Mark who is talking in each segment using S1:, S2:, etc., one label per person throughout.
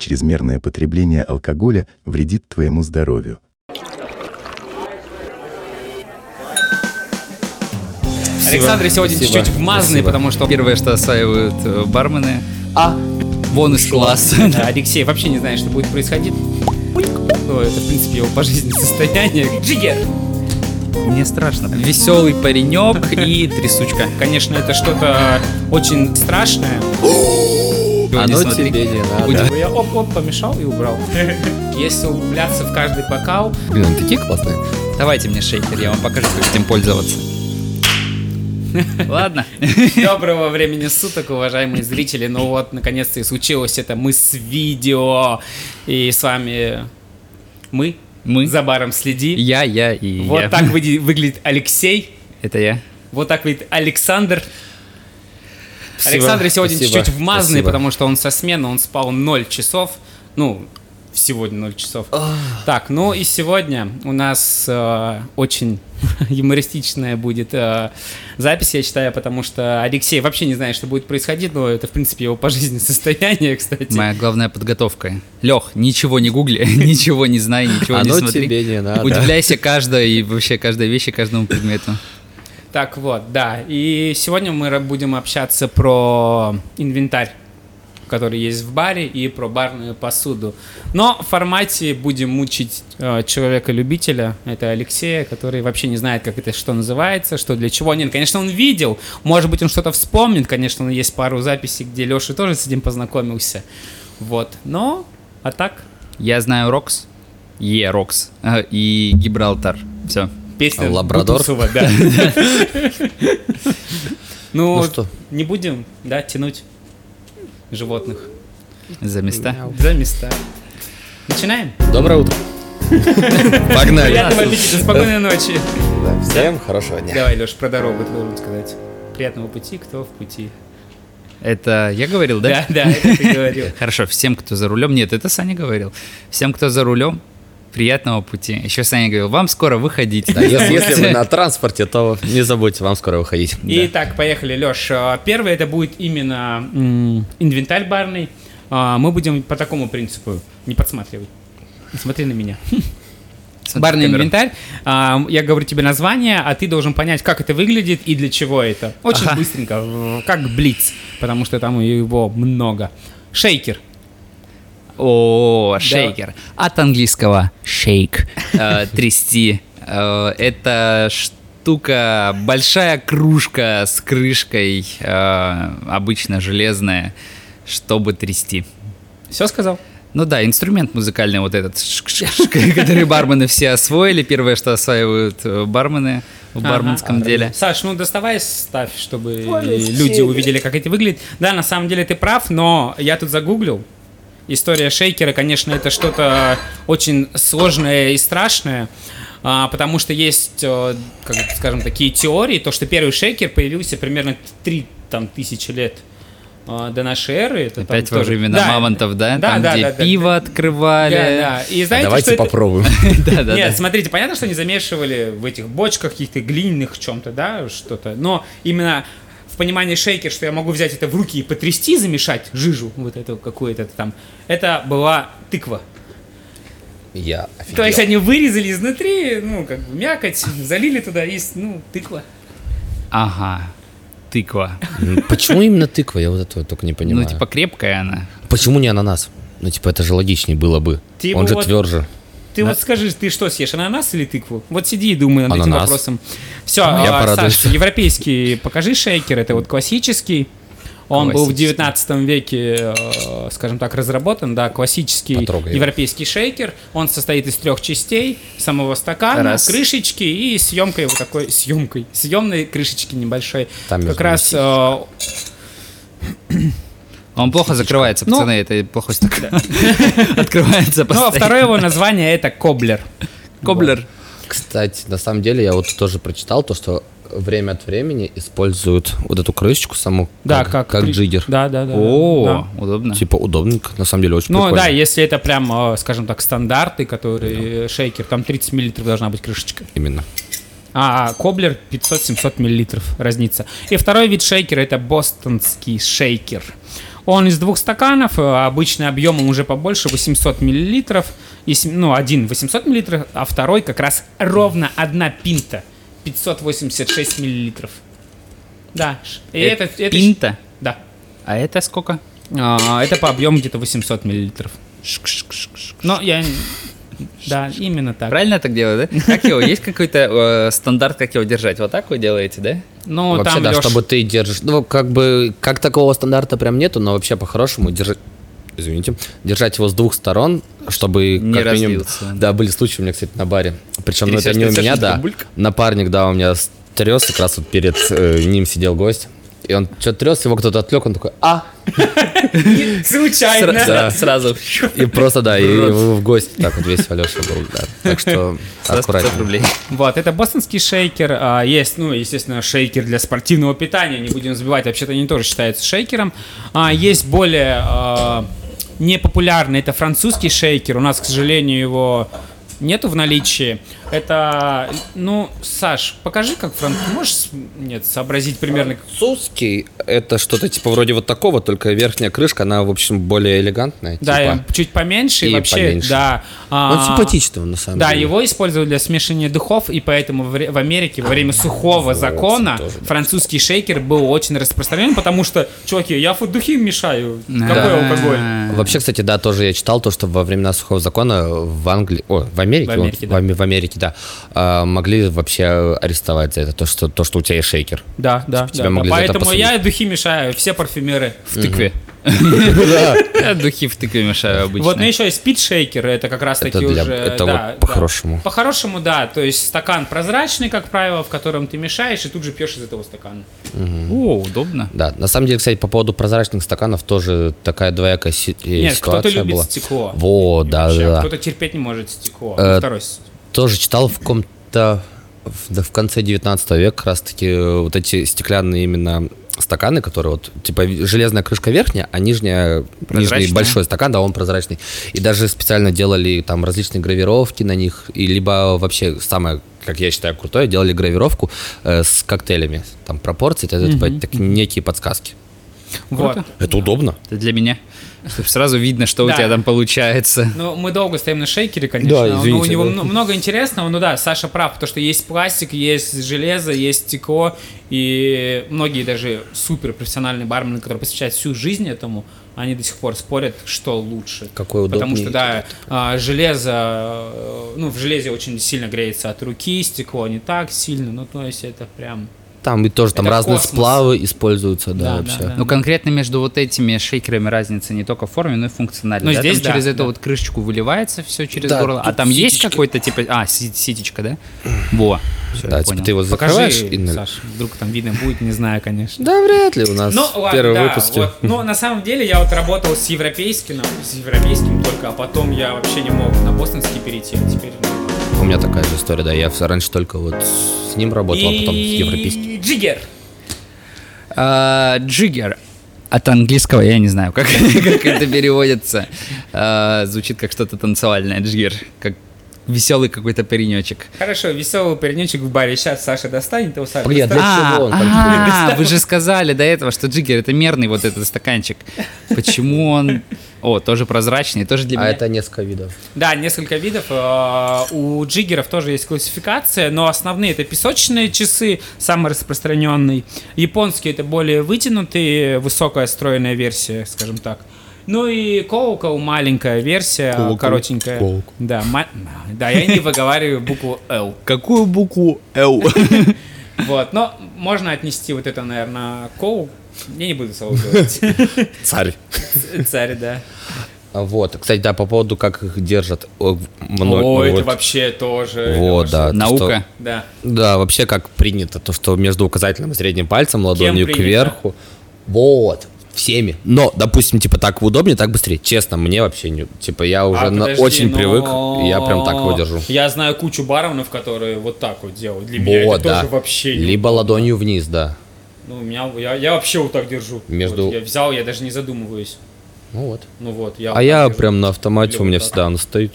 S1: Чрезмерное потребление алкоголя вредит твоему здоровью.
S2: Александр сегодня
S3: Спасибо.
S2: чуть-чуть вмазанный,
S3: Спасибо.
S2: потому что первое, что осваивают э, бармены,
S3: А,
S2: вон из класса. Да, Алексей вообще не знает, что будет происходить. Ну, это, в принципе, его по жизни состояние. Джиггер! Мне страшно. Веселый паренек и трясучка. Конечно, это что-то очень страшное. Сегодня
S3: оно
S2: смотри.
S3: тебе не надо.
S2: Удив- Я оп-оп помешал и убрал. Если углубляться в каждый бокал,
S3: Блин, они такие классные.
S2: Давайте мне шейкер, я вам покажу, как этим пользоваться. Ладно. Доброго времени суток, уважаемые зрители. Ну вот, наконец-то и случилось это. Мы с видео. И с вами мы.
S4: Мы.
S2: За баром следи.
S4: Я, я и
S2: Вот
S4: я.
S2: так выйди- выглядит Алексей.
S4: Это я.
S2: Вот так выглядит Александр.
S3: Спасибо,
S2: Александр сегодня
S3: спасибо,
S2: чуть-чуть вмазанный,
S3: спасибо.
S2: потому что он со смены, он спал 0 часов. Ну, сегодня 0 часов. так, ну и сегодня у нас э, очень юмористичная будет э, запись, я считаю, потому что Алексей вообще не знает, что будет происходить, но это, в принципе, его по жизни состояние, кстати.
S4: Моя главная подготовка. Лех, ничего не гугли, ничего не знай, ничего не
S3: Оно
S4: смотри.
S3: тебе не надо.
S4: Удивляйся каждой и вообще каждой вещи, каждому предмету.
S2: Так вот, да. И сегодня мы ра- будем общаться про инвентарь, который есть в баре, и про барную посуду. Но в формате будем мучить э, человека-любителя, это Алексея, который вообще не знает, как это что называется, что для чего. Нет, конечно, он видел, может быть, он что-то вспомнит, конечно, есть пару записей, где Леша тоже с этим познакомился. Вот, но, а так,
S4: Я знаю Рокс, Е Рокс а, и Гибралтар. Все.
S2: песня
S3: Лабрадор?
S2: Бутусова, да.
S3: Ну
S2: Ну,
S3: что?
S2: не будем, да, тянуть животных.
S4: За места.
S2: За места. Начинаем?
S3: Доброе утро.
S2: Приятного
S3: Погнали.
S2: аппетита, спокойной ночи.
S3: Да, Всем хорошего дня.
S2: Давай, Леш, про дорогу твою лучше сказать. Приятного пути, кто в пути.
S4: Это я говорил, да?
S2: Да, да, это ты говорил.
S4: Хорошо, всем, кто за рулем. Нет, это Саня говорил. Всем, кто за рулем, приятного пути. Еще Саня говорил, вам скоро выходить.
S3: Да, А Если если вы на транспорте, то не забудьте, вам скоро выходить. Да.
S2: Итак, поехали, Леш. Первый это будет именно м, инвентарь барный. А, Мы будем по такому принципу. Не подсматривай. Не Смотри на меня.
S4: Смотри в
S2: Барный
S4: камеру.
S2: инвентарь. А, Я говорю тебе название, а ты должен понять, как это выглядит и для чего это. Очень быстренько, как блиц, потому что там его много. Шейкер.
S4: О, шейкер. От английского шейк. э, Трясти. Э, Это штука, большая кружка с крышкой, э, обычно железная, чтобы трясти.
S2: Все сказал?
S4: Ну да, инструмент музыкальный вот этот, шк-шк-шк, который бармены все освоили. Первое, что осваивают э, бармены в барменском
S2: Ага.
S4: деле.
S2: Саш, ну доставай, ставь, чтобы люди увидели, как это выглядит. Да, на самом деле ты прав, но я тут загуглил. История шейкера, конечно, это что-то очень сложное и страшное, а, потому что есть, э, как бы, скажем, такие теории, то, что первый шейкер появился примерно 3 там, тысячи лет а, до нашей эры. Это там
S4: Опять во
S2: тоже-
S4: времена
S2: Да,
S4: мамонтов, да?
S2: Да,
S4: Там,
S2: да,
S4: где
S2: да, да.
S4: пиво
S2: Да,
S4: открывали.
S2: да. И знаете, что
S3: Давайте
S2: это-
S3: попробуем.
S4: Да, да,
S2: нет,
S4: да.
S2: смотрите, понятно, что они замешивали в этих бочках каких-то глиняных чем-то, да, что-то. Но именно в понимании шейкер, что я могу взять это в руки и потрясти, замешать жижу вот эту какую-то там, это была тыква.
S3: Я
S2: То есть
S3: офигел.
S2: они вырезали изнутри, ну, как бы мякоть, залили туда и, с- ну, тыква.
S4: Ага, тыква.
S3: М, Почему именно тыква? Я вот этого только не понимаю.
S4: Ну, типа, крепкая она.
S3: Почему не ананас? Ну, типа, это же логичнее было бы.
S2: Типа
S3: Он же
S2: вот-
S3: тверже.
S2: Ты вот скажи, ты что съешь, ананас или тыкву? Вот сиди и думай над этим
S3: Ананас.
S2: вопросом. Все,
S3: Я порадуюсь.
S2: Саш, европейский покажи шейкер, это вот классический. Он был в
S4: Классический.
S2: 19 веке, э, скажем так, разработан, да, классический
S3: Потрогай его.
S2: европейский шейкер. Он состоит из трех частей, самого стакана,
S4: Раз.
S2: крышечки и съемкой вот такой, съемкой, съемной крышечки небольшой.
S3: Там
S2: как
S3: между
S2: раз э,
S4: Он плохо закрывается,
S2: Ну,
S4: пацаны, это плохой стакан. Открывается
S2: Ну, а
S4: постоянно.
S2: второе его название это коблер.
S4: Коблер.
S3: Кстати, на самом деле, я вот тоже прочитал то, что время от времени используют вот эту крышечку саму,
S2: Да,
S3: как,
S2: как,
S3: как
S2: при-
S3: джиггер.
S2: Да, да, да. да.
S4: О, удобно.
S3: Типа удобненько, на самом деле очень
S2: Ну
S3: прикольно.
S2: да, если это прям, э, скажем так, стандарты, которые э, шейкер, там 30 миллилитров должна быть крышечка.
S3: Именно.
S2: А коблер 500-700 миллилитров разница. И второй вид шейкера это бостонский шейкер. Он из двух стаканов, э, обычный объемом уже побольше, 800 миллилитров. И сем- ну, один 800 миллилитров, а второй как раз ровно одна пинта, 586 миллилитров. Да, ш- и
S4: Э,
S2: это, это-
S4: пинта?
S2: Да.
S4: А это сколько?
S2: А, это по объему где-то 800 миллилитров. Но я... Да, именно так.
S4: Правильно я так делаю, да? Как его? Есть какой-то э, стандарт, как его держать? Вот так вы делаете, да?
S2: Ну,
S3: вообще,
S2: там,
S3: да,
S2: Лёш,
S3: чтобы ты держишь. Ну, как бы, как такого стандарта прям нету, но вообще по-хорошему держать. Извините, держать его с двух сторон, чтобы
S4: Не
S3: как минимум-
S4: разлился.
S3: Да, были случаи у меня, кстати, на баре. Причем, ну, это
S4: Трясёшь,
S3: не у
S4: трясёшь,
S3: меня,
S4: и такой
S3: да.
S4: бульк.
S3: Напарник, да, у меня трес, как раз вот перед э, ним сидел гость. И он что-то трес, его кто-то отвлек, он такой, а!
S2: Случайно.
S3: Сра- Да.
S4: Сразу.
S3: И просто, да, и в гости так вот весь Алеша был, да. Так что
S4: За 100
S3: аккуратно.
S4: рублей.
S2: Вот, это бостонский шейкер. а, есть, ну, естественно, шейкер для спортивного питания. Не будем забивать, вообще-то они тоже считаются шейкером. А, есть более а, непопулярный, это французский шейкер. У нас, к сожалению, его нету в наличии. Это, ну, Саш, покажи, как француз... Можешь, с- нет, сообразить примерно... как-
S3: Французский — это что-то типа вроде вот такого, только верхняя крышка, она, в общем, более элегантная.
S2: Да,
S3: типа.
S2: и чуть поменьше, и,
S3: И
S2: вообще,
S3: поменьше.
S2: да.
S3: Он
S2: а,
S3: симпатичный, он, на самом
S2: Да,
S3: деле.
S2: его использовали для смешивания духов, и поэтому в, ре- в Америке во время сухого закона
S3: А, тоже, да.
S2: французский шейкер был очень распространен, потому что, чуваки, я фу- духи мешаю. Какой
S4: Да.
S2: алкоголь?
S3: Вообще, кстати, да, тоже я читал то, что во времена сухого закона в Англии, о, в Америке,
S2: В
S3: вон,
S2: Америке,
S3: в
S2: да.
S3: Аме- в Америке, да, а, могли вообще арестовать за это, то, что, то, что у тебя есть шейкер.
S2: Да, да,
S3: Типа тебя
S2: да,
S3: могли
S2: да.
S3: за это
S2: Поэтому
S3: посадить.
S2: я и духи мешаю, все парфюмеры.
S4: В тыкве. Я Духи в тыкве мешаю обычно.
S2: Вот, ну еще есть спид-шейкеры, это как раз таки
S3: Это для-
S2: уже...
S3: это
S2: да,
S3: вот
S2: да.
S3: по-хорошему.
S2: По-хорошему, да, то есть стакан прозрачный, как правило, в котором ты мешаешь, и тут же пьешь из этого стакана.
S4: О, удобно.
S3: Да, на самом деле, кстати, по пововду прозрачных стаканов тоже такая двоякая си- э,
S2: Нет,
S3: ситуация
S2: кто-то любит
S3: была.
S2: стекло.
S3: Во,
S2: И
S3: да,
S2: вообще,
S3: да.
S2: Кто-то терпеть не может стекло. Ну,
S3: Э,
S2: Второй.
S3: Тоже читал в каком-то, в, да, в конце 19 века как раз-таки э, вот эти стеклянные именно стаканы, которые вот, типа, ви- железная крышка верхняя, а нижняя,
S4: Прозрачная.
S3: нижний большой стакан, да, он прозрачный. И даже специально делали там различные гравировки на них, и либо вообще самое, как я считаю, крутое, делали гравировку э, с коктейлями, там пропорции, т.д. т.п., так, некие подсказки.
S2: Вот.
S3: Это удобно.
S4: Это для меня. Чтобы сразу видно, что у
S2: Да.
S4: тебя там получается.
S2: Ну, мы долго стоим на шейкере, конечно.
S3: Да,
S2: но у
S3: извините,
S2: него
S3: да.
S2: мно- много интересного. Ну да, Саша прав, потому что есть пластик, есть железо, есть стекло. И многие даже суперпрофессиональные бармены, которые посвящают всю жизнь этому, они до сих пор спорят, что лучше.
S3: Какой
S2: Потому
S3: удобнее
S2: что, да, а, железо, э, ну, в железе очень сильно греется от руки, стекло не так сильно, ну, то есть это прям...
S3: Там и тоже там
S2: Это
S3: разные
S2: космос.
S3: сплавы используются, да,
S2: Да, да,
S3: вообще.
S2: да.
S4: Ну, конкретно между вот этими шейкерами разница не только в форме, но и функционально.
S2: Ну,
S4: да?
S2: здесь
S4: Там
S2: да,
S4: через эту
S2: да.
S4: вот крышечку выливается все через
S3: Да,
S4: горло. А
S3: тут
S4: там есть
S3: ситечки.
S4: какой-то типа... А, си- ситечка, да? Во. Всё,
S3: Да,
S4: я
S3: типа
S4: понял.
S3: ты его
S2: Покажи,
S3: закрываешь и наль-
S2: Саш, вдруг там видно будет, не знаю, конечно.
S3: Да, вряд ли у нас
S2: Ну, ладно,
S3: первый
S2: да,
S3: выпуск.
S2: вот. Но на самом деле я вот работал с европейским, ну, с европейским только, а потом я вообще не мог на бостонский перейти, а теперь...
S3: У меня такая же история, да. Я всё раньше только вот с ним работал, а потом с европейским.
S2: И Джиггер.
S4: А, Джиггер. От английского я не знаю, как, как это переводится. А, звучит как что-то танцевальное. Джиггер. Как веселый какой-то паренечек.
S2: Хорошо, веселый паренечек в баре. Сейчас Саша достанет его, Саша.
S3: Погоди, а
S2: достань.
S3: для чего он там
S4: А, вы же сказали до этого, что джиггер это мерный вот этот стаканчик. Почему он... О, тоже прозрачный, тоже для
S3: А
S4: меня.
S3: это несколько видов.
S2: Да, несколько видов. Э, У джиггеров тоже есть классификация, но основные это песочные часы, самый распространенный. Японские это более вытянутые, высокая стройная версия, скажем так. Ну и коукол маленькая версия, коротенькая.
S3: Коукол.
S2: Да, ма- да, я не выговариваю букву L.
S4: Какую букву Л?
S2: Вот, но можно отнести вот это, наверное, коу. Я не буду слово говорить.
S3: Царь.
S2: Царь, да.
S3: А Вот, кстати, да, по поводу, как их держат. О, мно-
S2: О, это
S3: вот.
S2: вообще тоже.
S3: Вот,
S2: Лёша.
S3: да. то,
S4: Наука.
S3: что-
S2: Да.
S3: Да, вообще как принято, то, что между указательным и средним пальцем, ладонью
S2: принято?
S3: кверху. Вот, всеми. Но, допустим, типа так удобнее, так быстрее. Честно, мне вообще не... Типа я уже
S2: А,
S3: на-
S2: подожди,
S3: очень
S2: но-
S3: привык, и я прям так его держу.
S2: Я знаю кучу барменов, которые вот так вот делают. Для меня
S3: Вот,
S2: это
S3: да.
S2: тоже вообще не-
S3: Либо ладонью вниз, да.
S2: Ну, у меня, я, я вообще вот так держу.
S3: Между-
S2: Вот я взял, я даже не задумываюсь.
S3: Ну вот.
S2: Ну вот, я
S3: А я
S2: ухожу.
S3: прям на автомате, у меня всегда она стоит.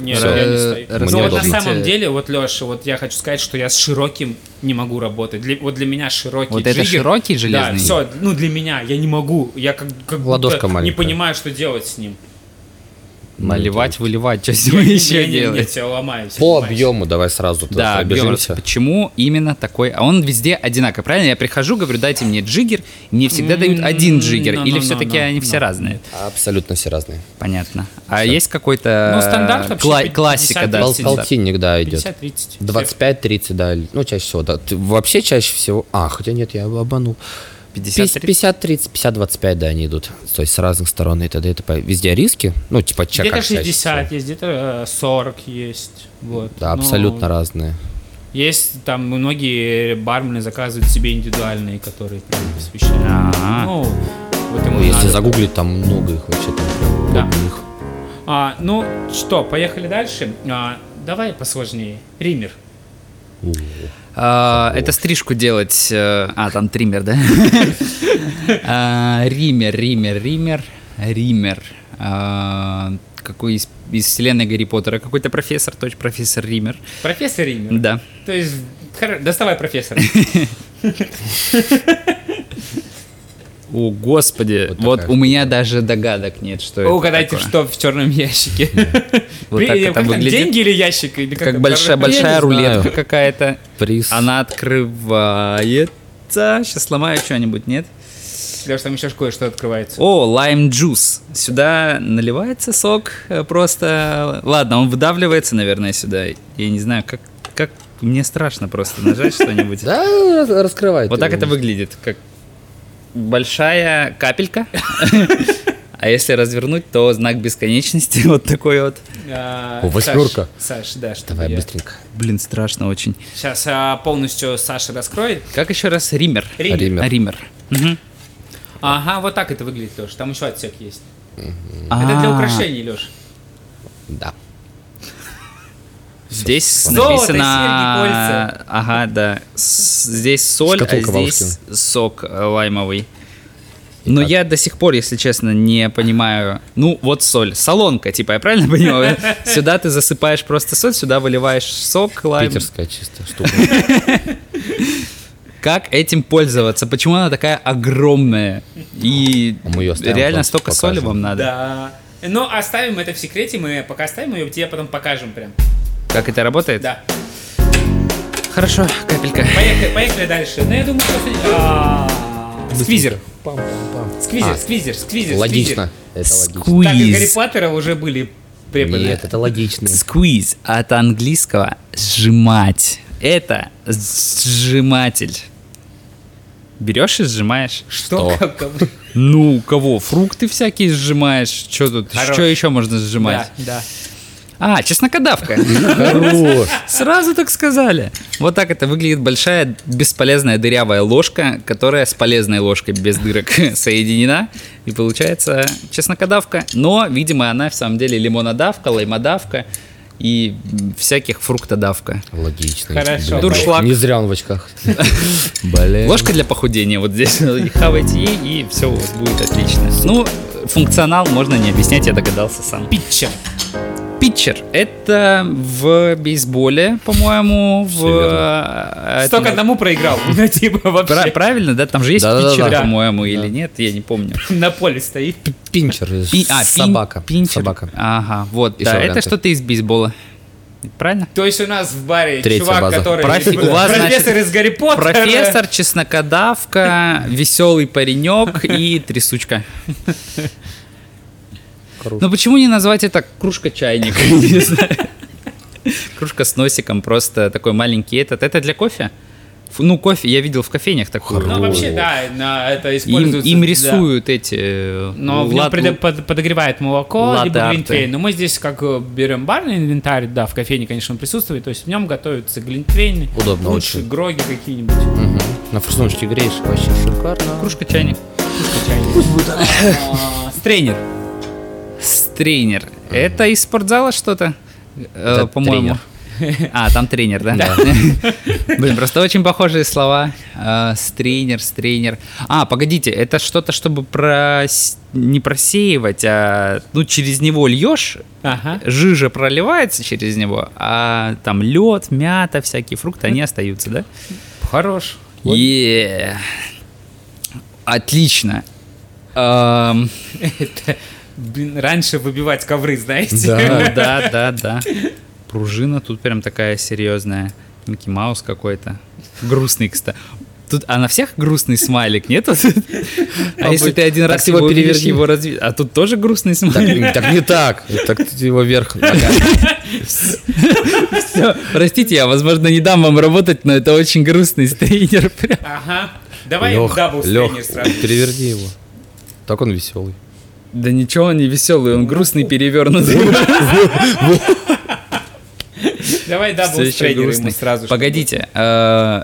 S2: Не,
S3: Всё.
S2: я не
S4: Э,
S2: стою.
S4: мне
S2: Ну, вот на
S3: удобно.
S2: самом деле, вот, Леша, вот я хочу сказать, что я с широким не могу работать. Для- вот для меня широкий
S4: Вот это
S2: джиггер-
S4: широкий
S2: Да,
S4: железный?
S2: все, ну для меня, я не могу. Я как, как будто
S3: Ладошка
S2: не
S3: маленькая.
S2: понимаю, что делать с ним.
S4: Наливать, выливать, что с
S2: Я
S4: ним
S2: не-
S4: еще
S2: я не-
S4: делать?
S2: Нет, я ломаюсь.
S3: По
S2: понимаешь?
S3: объему давай сразу то
S4: Да,
S3: есть
S4: объем.
S3: пробежимся.
S4: Почему именно такой? А он везде одинаковый, правильно? Я прихожу, говорю, дайте мне джиггер. Мне всегда дают
S2: М, ну,
S4: один джиггер.
S2: no,
S4: Или
S2: no, no,
S4: все-таки
S2: no,
S4: они
S2: no.
S4: все разные?
S3: Абсолютно все разные.
S4: Понятно. А есть какой-то
S2: Ну, стандарт
S4: э,
S2: вообще
S4: кла-
S2: 50,
S4: классика, да?
S2: 30,
S3: Пол-
S4: стандарт?
S3: Полтинник, да, идет.
S2: 50-30.
S3: 25-30, да, или- ну, чаще всего, да. Ты вообще чаще всего... А, хотя нет, я обманул.
S4: 50,
S3: 50-30, 50-25, да, они идут. То есть с разных сторон и т.д. и т.п. Везде риски, ну, типа чека.
S2: Где-то
S3: чаще
S2: 60
S3: всего.
S2: есть, где-то э, 40 есть. Вот.
S3: Да,
S2: Ну,
S3: абсолютно разные.
S2: Есть там многие бармены заказывают себе индивидуальные, которые прям посвящены.
S4: Ага.
S2: Ну, вот ему
S3: Ну, если
S2: надо.
S3: загуглить, там много их вообще. Там, прям
S2: Да.
S3: много их.
S2: А, ну что, поехали дальше. А, давай посложнее. Ример.
S4: А, Это стрижку делать... э, А, там триммер, да? А, Риммер, риммер, риммер, риммер. А, Какой из, из вселенной Гарри Поттера? Какой-то профессор, точно профессор Риммер.
S2: Профессор Ример.
S4: Да.
S2: То есть, хоро- доставай профессора.
S4: О, господи.
S3: Вот
S4: Вот,
S3: такая
S4: у меня даже догадок нет, что это
S2: Угадайте,
S4: такое.
S2: что в черном ящике.
S4: Вот так
S2: При-
S4: это
S2: как там,
S4: выглядит.
S2: Деньги или ящик? Или
S4: Как
S2: там?
S4: большая,
S2: Короче,
S4: большая
S3: знаю.
S4: рулетка какая-то.
S3: Приз.
S4: Она открывается. Сейчас сломаю что-нибудь, нет?
S2: Лёш, там еще кое-что открывается.
S4: О, лайм джус. Сюда наливается сок э, просто. Ладно, он выдавливается, наверное, сюда. Я не знаю, как, как... мне страшно просто нажать что-нибудь.
S3: Да, раз- раскрывай.
S4: Вот
S3: ты.
S4: так это выглядит, как большая капелька. А если развернуть, то знак бесконечности вот такой вот.
S2: А,
S3: О, восьмерка.
S2: Саш, Саш, да, что
S3: Давай быстренько.
S4: Блин, страшно очень.
S2: Сейчас а, полностью Саша раскроет.
S4: Как еще раз? Риммер.
S2: Ример.
S3: Риммер.
S4: Риммер. Мгм.
S2: Ага, вот так это выглядит, Леш. Там еще отсек есть. Это для
S4: А,
S2: украшений, Леш.
S3: Да.
S4: Здесь
S2: Золото,
S4: написано... Ага, да. С- Здесь соль, а
S3: Шкатулка
S4: здесь сок э, лаймовый. Но
S3: Итак.
S4: я до сих пор, если честно, не понимаю. Ну, вот соль. Солонка, типа, я правильно понимаю? Сюда ты засыпаешь просто соль, сюда выливаешь сок лайм.
S3: Питерская чисто штука.
S4: Как этим пользоваться? Почему она такая огромная? И
S3: А мы её оставим,
S4: реально
S3: просто
S4: столько
S3: покажем.
S4: соли вам надо?
S2: Да. Ну, оставим это в секрете, мы пока оставим ее, тебе потом покажем прям.
S4: Как это работает?
S2: Да.
S4: Хорошо, капелька.
S2: Поехали, поехали дальше. Ну, я думаю, что... А, Сквизер. Сквизер,
S3: А.
S2: сквизер, сквизер,
S3: Логично. Это логично.
S2: сквизер. Так, и Гарри
S4: Сквиз.
S2: Поттера уже были преподы.
S3: Нет, это логично.
S4: Squeeze от английского сжимать. Это сжиматель. Берешь и сжимаешь.
S2: Что?
S3: Что?
S2: Как- как-
S4: Ну, у кого? Фрукты всякие сжимаешь. Что тут?
S2: Хорош.
S4: Что еще можно сжимать?
S2: Да, да.
S4: А, чеснокодавка.
S3: Хорош.
S4: Сразу так сказали. Вот так это выглядит большая бесполезная дырявая ложка, которая с полезной ложкой без дырок соединена. И получается чеснокодавка. Но, видимо, она в самом деле лимонодавка, лаймодавка и м, всяких фруктодавка.
S3: Логично.
S2: Хорошо.
S3: Блин,
S4: Дуршлаг.
S3: Не зря он в очках. Блин.
S4: Ложка для похудения вот здесь. И Хавайте ей, и все у вас будет отлично. Ну, функционал можно не объяснять, я догадался сам.
S2: Питчер.
S4: Питчер. Это в бейсболе, по-моему, в...
S3: Всё
S4: э,
S2: Сто
S4: этом-
S2: к одному проиграл. Ну, типа,
S4: Пра-
S2: вообще.
S4: Правильно, да? Там же есть
S3: Да-да-да-да.
S4: питчер,
S2: Да.
S4: по-моему, или нет, я не помню.
S2: На поле стоит.
S3: Пинчер. э,
S4: Пи- а, пин-
S3: собака.
S4: Пинчер.
S3: Собака.
S4: Ага, вот,
S3: Еще
S4: да, это
S3: варианты.
S4: что-то из бейсбола. Правильно?
S2: То есть у нас в баре
S3: Третья
S2: чувак,
S3: база.
S2: который...
S4: Профи-
S2: типа,
S4: у вас, значит,
S2: профессор из Гарри Поттера.
S4: Профессор, чеснокодавка, веселый паренек и трясучка.
S3: Круто.
S4: Ну почему не назвать это кружка-чайник? Не знаю. Кружка с носиком, просто такой маленький этот. Это для кофе? Фу, Ну, кофе, я видел в кофейнях такую.
S2: Ну, вообще, да, на это
S4: Им,
S2: используется.
S4: им
S2: да.
S4: рисуют эти... э,
S2: Но в нем
S4: лад-
S2: преда- под- подогревает молоко,
S4: латте
S2: либо
S4: арты.
S2: глинтвейн. Но мы здесь как э, берем барный инвентарь, да, в кофейне, конечно, он присутствует. То есть в нем готовятся глинтвейны,
S3: Удобно
S2: лучше
S3: очень.
S2: гроги какие-нибудь,
S3: Мгм. На форсуночке греешь. Вообще шикарно.
S4: Кружка-чайник.
S2: А, Стрейнер.
S4: Стрейнер. Это из спортзала что-то? Э,
S3: Это
S4: По-моему.
S3: тренер.
S4: А, там тренер, да? Блин, просто очень похожие слова. Э, Стрейнер, стрейнер. А, погодите, это что-то, чтобы прос- не просеивать, а ну через него льешь,
S2: Ага.
S4: жижа проливается через него, а там лед, мята, всякие фрукты, они остаются, да?
S2: Хорош. Вот.
S4: Е. Отлично. Эм,
S2: Это, блин, раньше выбивать ковры, знаете?
S4: Да, да, да, да. Пружина тут прям такая серьезная. Микки Маус какой-то. Грустный, кстати. Тут, а на всех грустный смайлик, нет? А если ты один
S3: Так
S4: раз
S3: его
S4: его переверни,
S3: переверни.
S4: его разви... А тут тоже грустный смайлик.
S3: Так, так не так. Так ты его вверх. ногами.
S4: Всё. Простите, я, возможно, не дам вам работать, но это очень грустный стрейнер. Прям.
S2: Ага. Давай
S3: Лёх,
S2: дабл
S3: Лёх,
S2: стрейнер сразу.
S3: переверни его. Так он веселый.
S4: Да ничего, он не веселый, он грустный перевернутый.
S2: Давай дабл
S4: Всё ещё
S2: стрейнер ему
S4: грустный.
S2: сразу. чтобы-
S4: Погодите, э,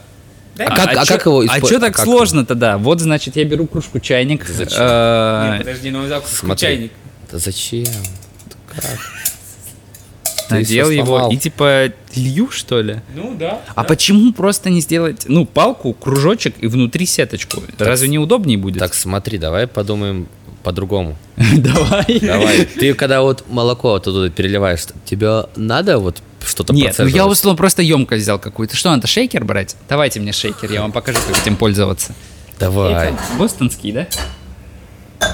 S2: Дай
S3: а как-
S4: чё-
S3: его
S4: А
S3: испо-
S4: что так
S3: как-
S4: сложно-то, да? Вот, значит, я беру кружку чайник. э,
S2: Нет, подожди, ну взял
S3: Смотри.
S2: чайник.
S3: Да зачем? Да как? Ты
S4: надел
S3: всё
S4: его
S3: сломал.
S4: и типа лью, что ли?
S2: Ну да.
S4: А почему просто не сделать, ну, палку, кружочек и внутри сеточку? Это Разве не удобнее будет?
S3: Так, смотри, давай подумаем по-другому.
S4: давай.
S3: Давай. Ты когда вот молоко вот туда переливаешь, тебе надо вот что-то
S4: Нет, ну я
S3: процеживать?
S4: условно просто емкость взял какую-то. Что надо, шейкер брать? Давайте мне шейкер, я вам покажу, как этим пользоваться.
S3: Давай.
S4: Бостонский, да?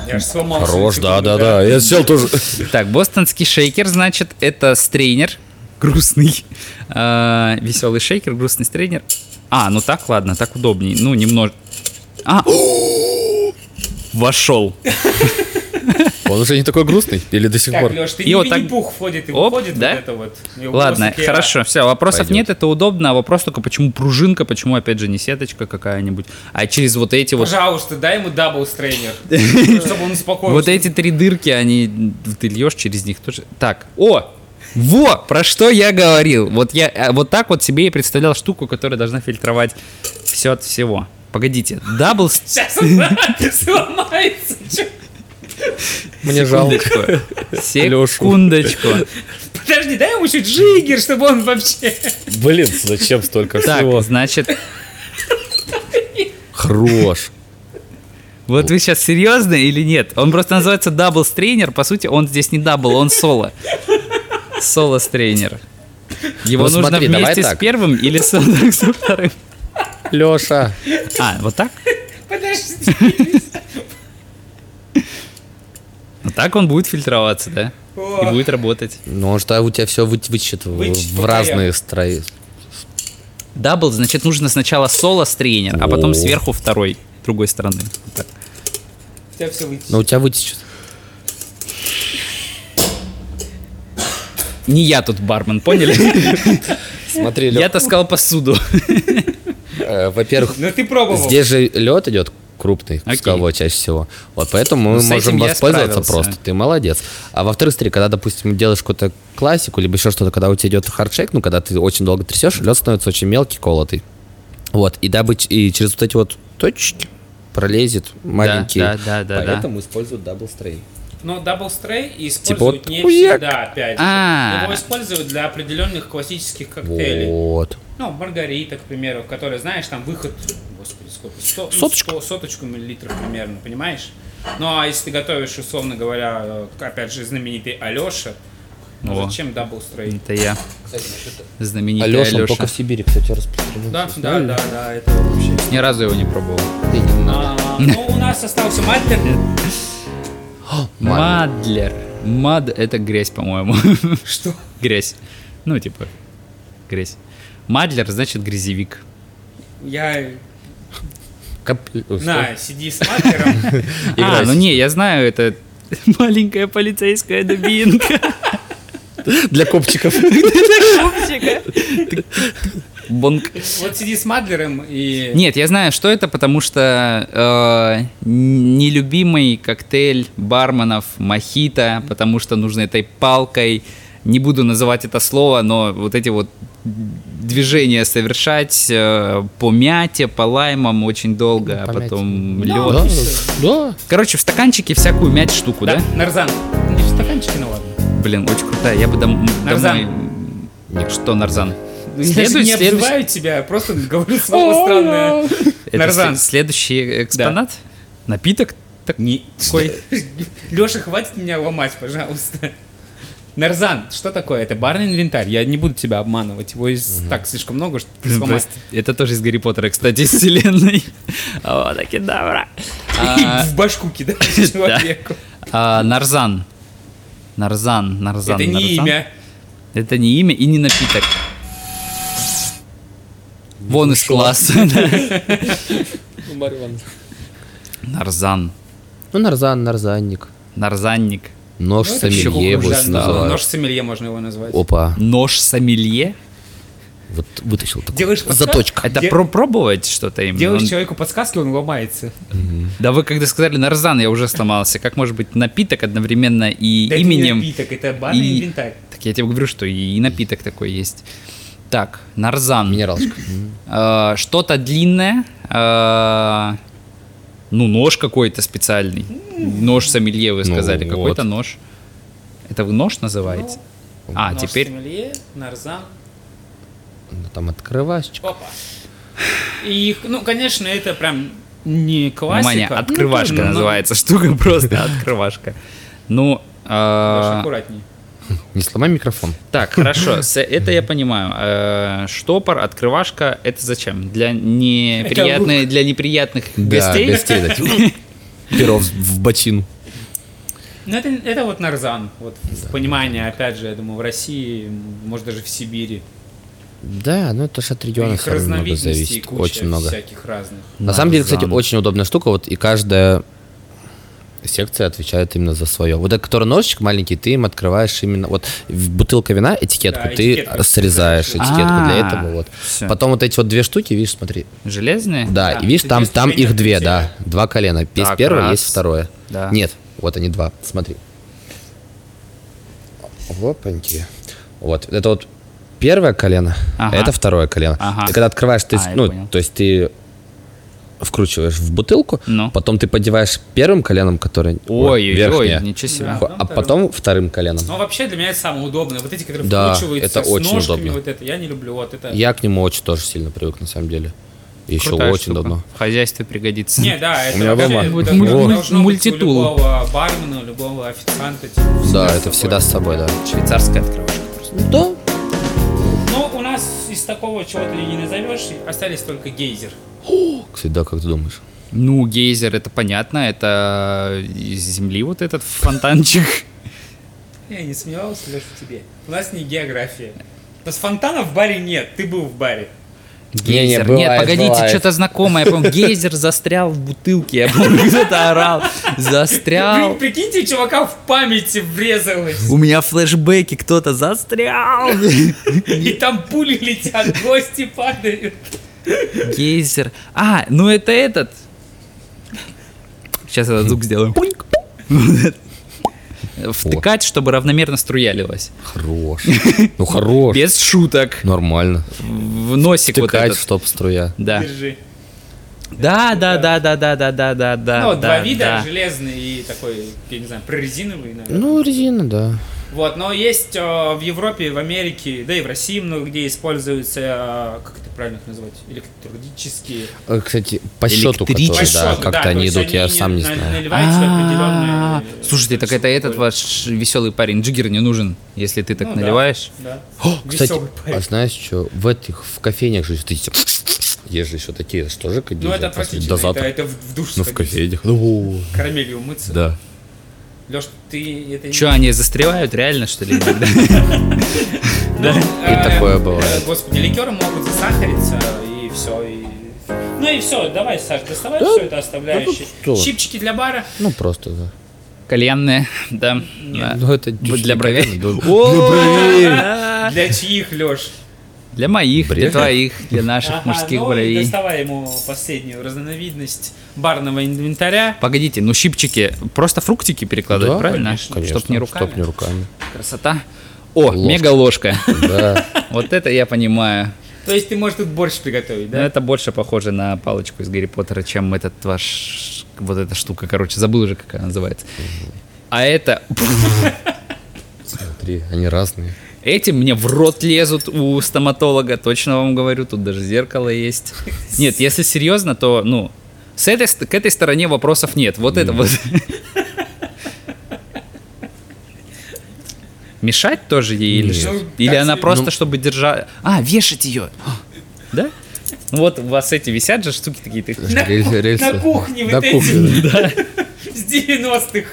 S2: Я же сломал.
S3: Хорош,
S2: свою секунду,
S3: да-да-да. Я сел тоже.
S4: Так, бостонский шейкер, значит, это стрейнер. Грустный. А, Веселый шейкер, грустный стрейнер. А, ну так, ладно, так удобней. Ну, немного... А! Вошел.
S3: Он уже не такой грустный? Или до сих
S2: Так,
S3: пор?
S2: Леш, ты
S4: И
S2: не
S4: вот так-
S2: Винни-Пух входит и
S4: Оп,
S2: выходит
S4: да?
S2: вот это вот. И у
S4: Ладно,
S2: Костика-
S4: хорошо, все, вопросов
S3: Пойдёт.
S4: нет, это удобно, а вопрос только почему пружинка, почему, опять же, не сеточка какая-нибудь, а через вот эти вот...
S2: Пожалуйста, дай ему дабл стрейнер, чтобы он успокоился.
S4: Вот эти три дырки, они, ты льешь через них тоже. Так, о, во, про что я говорил. Вот я э, вот так вот себе и представлял штуку, которая должна фильтровать все от всего. Погодите, дабл... с-
S2: Сейчас он сломается. чё?
S3: Мне жалко.
S4: Секундочку.
S2: Подожди, дай ему чуть джиггер, чтобы он вообще...
S3: Блин, зачем столько
S4: Так, значит,
S3: Хорош.
S4: Вот вы сейчас серьезно или нет? Он просто называется дабл стрейнер. По сути, он здесь не дабл, он соло. Соло стрейнер. Его
S3: Ну,
S4: нужно
S3: смотри, давай
S4: вместе с
S3: так.
S4: первым или с, со вторым.
S3: Леша.
S4: А, вот так?
S2: Подожди.
S4: Вот так он будет фильтроваться, да? И
S2: О.
S4: будет работать.
S3: Ну, что у тебя все вычитывает
S2: Вычет по
S3: в разные строи.
S4: Дабл, значит, нужно сначала соло стрейнер, а потом
S3: О.
S4: сверху второй, другой стороны. Вот так.
S2: У тебя все вытечет.
S4: Ну,
S3: Но Ну, у тебя вытечет.
S4: Не я тут бармен, поняли?
S3: Смотри,
S4: Я таскал посуду.
S3: Э, Во-первых,
S2: Ну ты пробовал.
S3: здесь же лед идет крупный, кусковой чаще всего. Вот поэтому мы
S4: Ну, с
S3: можем
S4: этим я
S3: воспользоваться
S4: справился.
S3: просто. Ты молодец. А во-вторых, смотри, когда, допустим, делаешь какую-то классику, либо еще что-то, когда у тебя идет хардшейк, ну, когда ты очень долго трясешь, лед становится очень мелкий, колотый. Вот, и дабы ч- и через вот эти вот точечки пролезет маленькие.
S4: да, да, да, да.
S3: Поэтому используют дабл стрейн.
S2: Но дабл стрей
S3: вот
S2: используют не
S3: хуяк.
S2: всегда, опять же.
S4: Типа А.
S2: Его используют для определенных классических коктейлей.
S3: Вот.
S2: Ну, маргарита, к примеру, которая, знаешь, там выход, господи, сколько, сто, ну,
S3: Соточку.
S2: сто- соточку миллилитров примерно, понимаешь? Ну, а если ты готовишь, условно говоря, э, опять же, знаменитый Алеша, ну,
S4: О.
S2: зачем дабл стрей?
S4: Это я. Знаменитый
S3: Алеша, он
S4: Алёша.
S3: только в Сибири, кстати, распространен.
S2: Да, да, да, да, это вообще.
S4: Ни разу его не пробовал.
S3: Ты не надо.
S2: А, ну, у нас остался Мальтер.
S4: Мадлер. Мад это грязь, по-моему.
S2: Что?
S4: Грязь. Ну, типа, грязь. Мадлер значит грязевик.
S2: Я...
S3: Кап- э, Ой,
S2: На, сиди с Мальтером.
S4: А,
S3: Играть.
S4: ну не, я знаю, это маленькая полицейская дубинка.
S3: стой. Для копчиков.
S4: Бонг.
S2: Вот сиди с Мадлером и...
S4: Нет, я знаю, что это, потому что э, нелюбимый коктейль барменов мохито, потому что нужно этой палкой, не буду называть это слово, но вот эти вот движения совершать э, по мяте, по лаймам очень долго, а
S3: По мяте.
S4: потом
S2: Да,
S4: лед.
S3: Да, да.
S4: Короче, в стаканчике всякую мять штуку, да?
S2: Да, Нарзан. Не в стаканчике, ну ладно.
S4: Блин, очень крутая, я бы дом-
S2: Нарзан.
S4: домой... Что, Нарзан?
S2: Следует, не
S3: Следующий-
S2: обзываю тебя, просто говорю слово странное.
S4: Это
S2: Нарзан.
S4: сле- следующий экспонат? Напиток?
S2: Такой. Леша, хватит меня ломать, пожалуйста. Нарзан, что такое? Это барный инвентарь. Я не буду тебя обманывать. Его и с- так слишком много, что ты сломаешь.
S4: Просто- Это тоже из Гарри Поттера, кстати, из вселенной. Вот таки добра. А,
S2: В башку кидаешь человеку.
S4: а, Нарзан. Нарзан, Нарзан,
S2: Это не
S4: Нарзан.
S2: имя.
S4: Это не имя и не напиток. Вон из класса. Нарзан.
S3: Ну, нарзан, нарзанник.
S4: Нарзанник.
S3: Нож
S2: Ну, это
S3: сомелье
S2: щеколда,
S3: его
S2: ну,
S3: называют.
S2: Нож сомелье можно его назвать.
S3: Опа,
S4: Нож сомелье.
S3: вот вытащил такой.
S2: Делаешь подсказку?
S3: Заточка.
S4: Это
S2: Де-
S4: про- пробовать что-то им.
S2: Делаешь
S4: Он-
S2: человеку подсказки, он ломается.
S4: Да вы когда сказали нарзан, я уже сломался. Как может быть напиток одновременно и
S2: Да это не
S4: именем?
S2: напиток, это барный
S4: и-
S2: инвентарь.
S4: Так я тебе говорю, что и напиток такой есть. Так, нарзан.
S3: Минералочка.
S4: Э, Что-то длинное. э, Ну, нож какой-то специальный. Нож сомелье, вы
S3: Ну
S4: сказали.
S3: вот.
S4: Какой-то нож. Это вы нож называете? А,
S2: Ну, Нож
S4: теперь...
S2: сомелье, нарзан.
S3: Ну, Там открывашечка.
S2: Опа. И, ну, конечно, это прям не классика.
S4: Внимание,
S2: Ну,
S4: открывашка
S2: тоже, но-
S4: называется штука просто. Открывашка. Ну,
S2: Лёш,
S4: э,
S2: аккуратней.
S3: Не сломай микрофон.
S4: Так, хорошо, с- это я понимаю. Э, Штопор, открывашка, это зачем? Для неприятных, для неприятных
S3: Да,
S4: гостей?
S3: гостей да, типа. Перо в- в бочину.
S2: Ну, это, это вот нарзан. Вот в понимание, опять же, я думаю, в России, может, даже в Сибири.
S3: Да, ну это же от региона
S2: Их
S3: все равно много
S2: разновидностей
S3: зависит.
S2: куча
S3: Очень много.
S2: всяких разных.
S3: На самом деле, кстати,
S4: Нарзан.
S3: очень удобная штука, вот и каждая секция отвечает именно за свое. Вот этот, который ножичек маленький, ты им открываешь именно, вот в- бутылка вина, этикетку,
S2: Да,
S3: ты
S2: этикетку
S3: срезаешь
S2: срезаешь.
S3: этикетку для
S4: А,
S3: этого, вот.
S4: всё.
S3: Потом вот эти вот две штуки, видишь, смотри,
S4: Железные? А,
S3: да,
S2: Да,
S3: и видишь,
S2: ты
S3: там,
S2: здесь
S3: там
S2: теперь
S3: их две, да,
S2: отвечаешь.
S3: два колена, есть
S4: Так,
S3: первое,
S4: раз.
S3: есть второе.
S4: Да.
S3: Нет, вот они два, смотри. Опаньки. Вот, это вот первое колено, а
S4: Ага.
S3: это второе колено.
S4: Ага.
S3: Ты когда открываешь, ты,
S4: А, я
S3: ну,
S4: понял.
S3: то есть ты вкручиваешь в бутылку,
S4: Ну.
S3: потом ты подеваешь первым коленом, который вот,
S4: Ой-ой-ой,
S3: верхнее,
S4: ничего себе.
S2: Да.
S3: а потом вторым коленом.
S2: Но вообще для меня это самое удобное. Вот эти, которые
S3: Да,
S2: вкручиваются
S3: это
S2: с
S3: очень
S2: ножками,
S3: удобно.
S2: вот это я не люблю. Вот это.
S3: Я к нему очень тоже сильно привык, на самом деле. Еще
S4: Крутая
S3: очень
S4: штука.
S3: давно.
S4: В хозяйстве пригодится.
S2: Не, да, это
S3: У меня
S2: вообще
S3: дома.
S2: это
S4: Вот
S2: должно
S4: муль-
S2: быть у
S4: мультитул.
S2: любого бармена, у любого официанта. типа,
S3: Да, это
S2: с собой.
S3: всегда с собой, да.
S4: Швейцарская открывашка.
S3: Да,
S2: Ну, у нас из такого чего-то и не назовешь, и остались только гейзер.
S3: Кстати, да, как ты думаешь?
S4: Ну, гейзер, это понятно, это из земли вот этот фонтанчик.
S2: Я не сомневался, Леша, в тебе. У нас не география. Потому что фонтана в баре нет, ты был в баре.
S3: Не-не,
S4: Гейзер. Нет,
S3: бывает,
S4: погодите,
S3: бывает.
S4: что-то знакомое. Я помню, гейзер застрял в бутылке. Я помню, кто-то орал. Застрял.
S2: При- прикиньте, у чувака в памяти врезалось.
S4: У меня флешбеки, кто-то застрял.
S2: И там пули летят, гости падают.
S4: Гейзер. А, ну это этот. Сейчас этот звук сделаю. Пуньк. Втыкать, чтобы равномерно струялилось.
S3: Хорош. Ну хорош.
S4: Без шуток.
S3: Нормально.
S4: В носик вот
S3: Втыкать,
S4: этот.
S3: чтоб струя.
S4: Да.
S2: Держи.
S4: Да, да, да, да, да, да, да, да, да.
S2: ну, вот два
S4: да,
S2: вида,
S4: да.
S2: железный и такой, я не знаю, прорезиновый, наверное.
S3: Ну, резина, да.
S2: Вот, но есть э, в Европе, в Америке, да и в России много где используются, э, как это правильно их назвать, электротургические.
S3: Э, Кстати, по счету,
S4: Электрический.
S3: который, да,
S2: Расчеты,
S3: как-то
S2: то
S3: они
S2: есть
S3: идут, я
S2: они
S3: сам не
S2: на-
S3: знаю.
S2: наливаются
S4: А,
S2: определенные, э,
S4: Слушайте, так это
S2: количество
S4: этот
S2: алкоголя.
S4: ваш веселый парень Джиггер не нужен, если ты так
S2: Ну да.
S4: наливаешь.
S2: Да.
S3: Кстати,
S2: Весёлый
S3: а
S2: парень.
S3: знаешь что, в этих, в кофейнях же ты эти- есть же еще такие, что же как
S2: Ну,
S3: делают,
S2: это
S3: после-
S2: отвратительно,
S3: До
S2: это,
S3: завтра.
S2: это в, в душ
S3: Ну, в
S2: сходить,
S3: кофейнях. О,
S2: Карамелью умыться.
S3: Да.
S2: Леш, ты это...
S4: Че, они застревают реально, что ли? иногда?
S2: И
S3: такое бывает.
S2: Э, Господи, ликеры могут засахариться, и все, и... Ну и все, давай, Саш, доставай все это
S3: ну
S2: оставляешь.
S3: что?
S2: Щипчики для бара.
S3: Ну, просто, да.
S4: Кальянные, да. Да.
S3: Ну, это чуть-чуть
S4: Для бровей.
S3: прикольно, да.
S4: О!
S2: Для чьих, Леш?
S4: Для моих, для
S3: Бред.
S4: твоих, для наших
S2: Ага,
S4: мужских
S2: ну и
S4: бровей.
S2: доставай ему последнюю разновидность барного инвентаря.
S4: Погодите, ну щипчики, просто фруктики перекладывать,
S3: Да,
S4: правильно?
S3: конечно,
S4: Чтоб
S3: конечно.
S4: не руками.
S3: Чтоб не руками.
S4: Красота. О, мега ложка.
S3: Да.
S4: Вот это я понимаю.
S2: То есть ты можешь тут борщ приготовить,
S4: Но
S2: да?
S4: это больше похоже на палочку из Гарри Поттера, чем этот ваш... Вот эта штука, короче, забыл уже, как она называется. А это...
S3: Смотри, они разные.
S4: Эти мне в рот лезут у стоматолога, точно вам говорю, тут даже зеркало есть. Нет, если серьезно, то, ну, с этой, ст- к этой стороне вопросов нет. Вот это вот. Мешать тоже ей или
S3: Нет.
S4: что?
S2: Ну,
S4: Или
S2: так
S4: она
S2: себе.
S4: просто, чтобы держать... А, вешать ее. Да? Ну Вот у вас эти висят же штуки такие. ты-
S2: На,
S3: Рельс-
S2: кух-
S3: рельсы.
S2: на кухне
S3: На
S2: вот
S3: кухне,
S2: эти. С 90-х.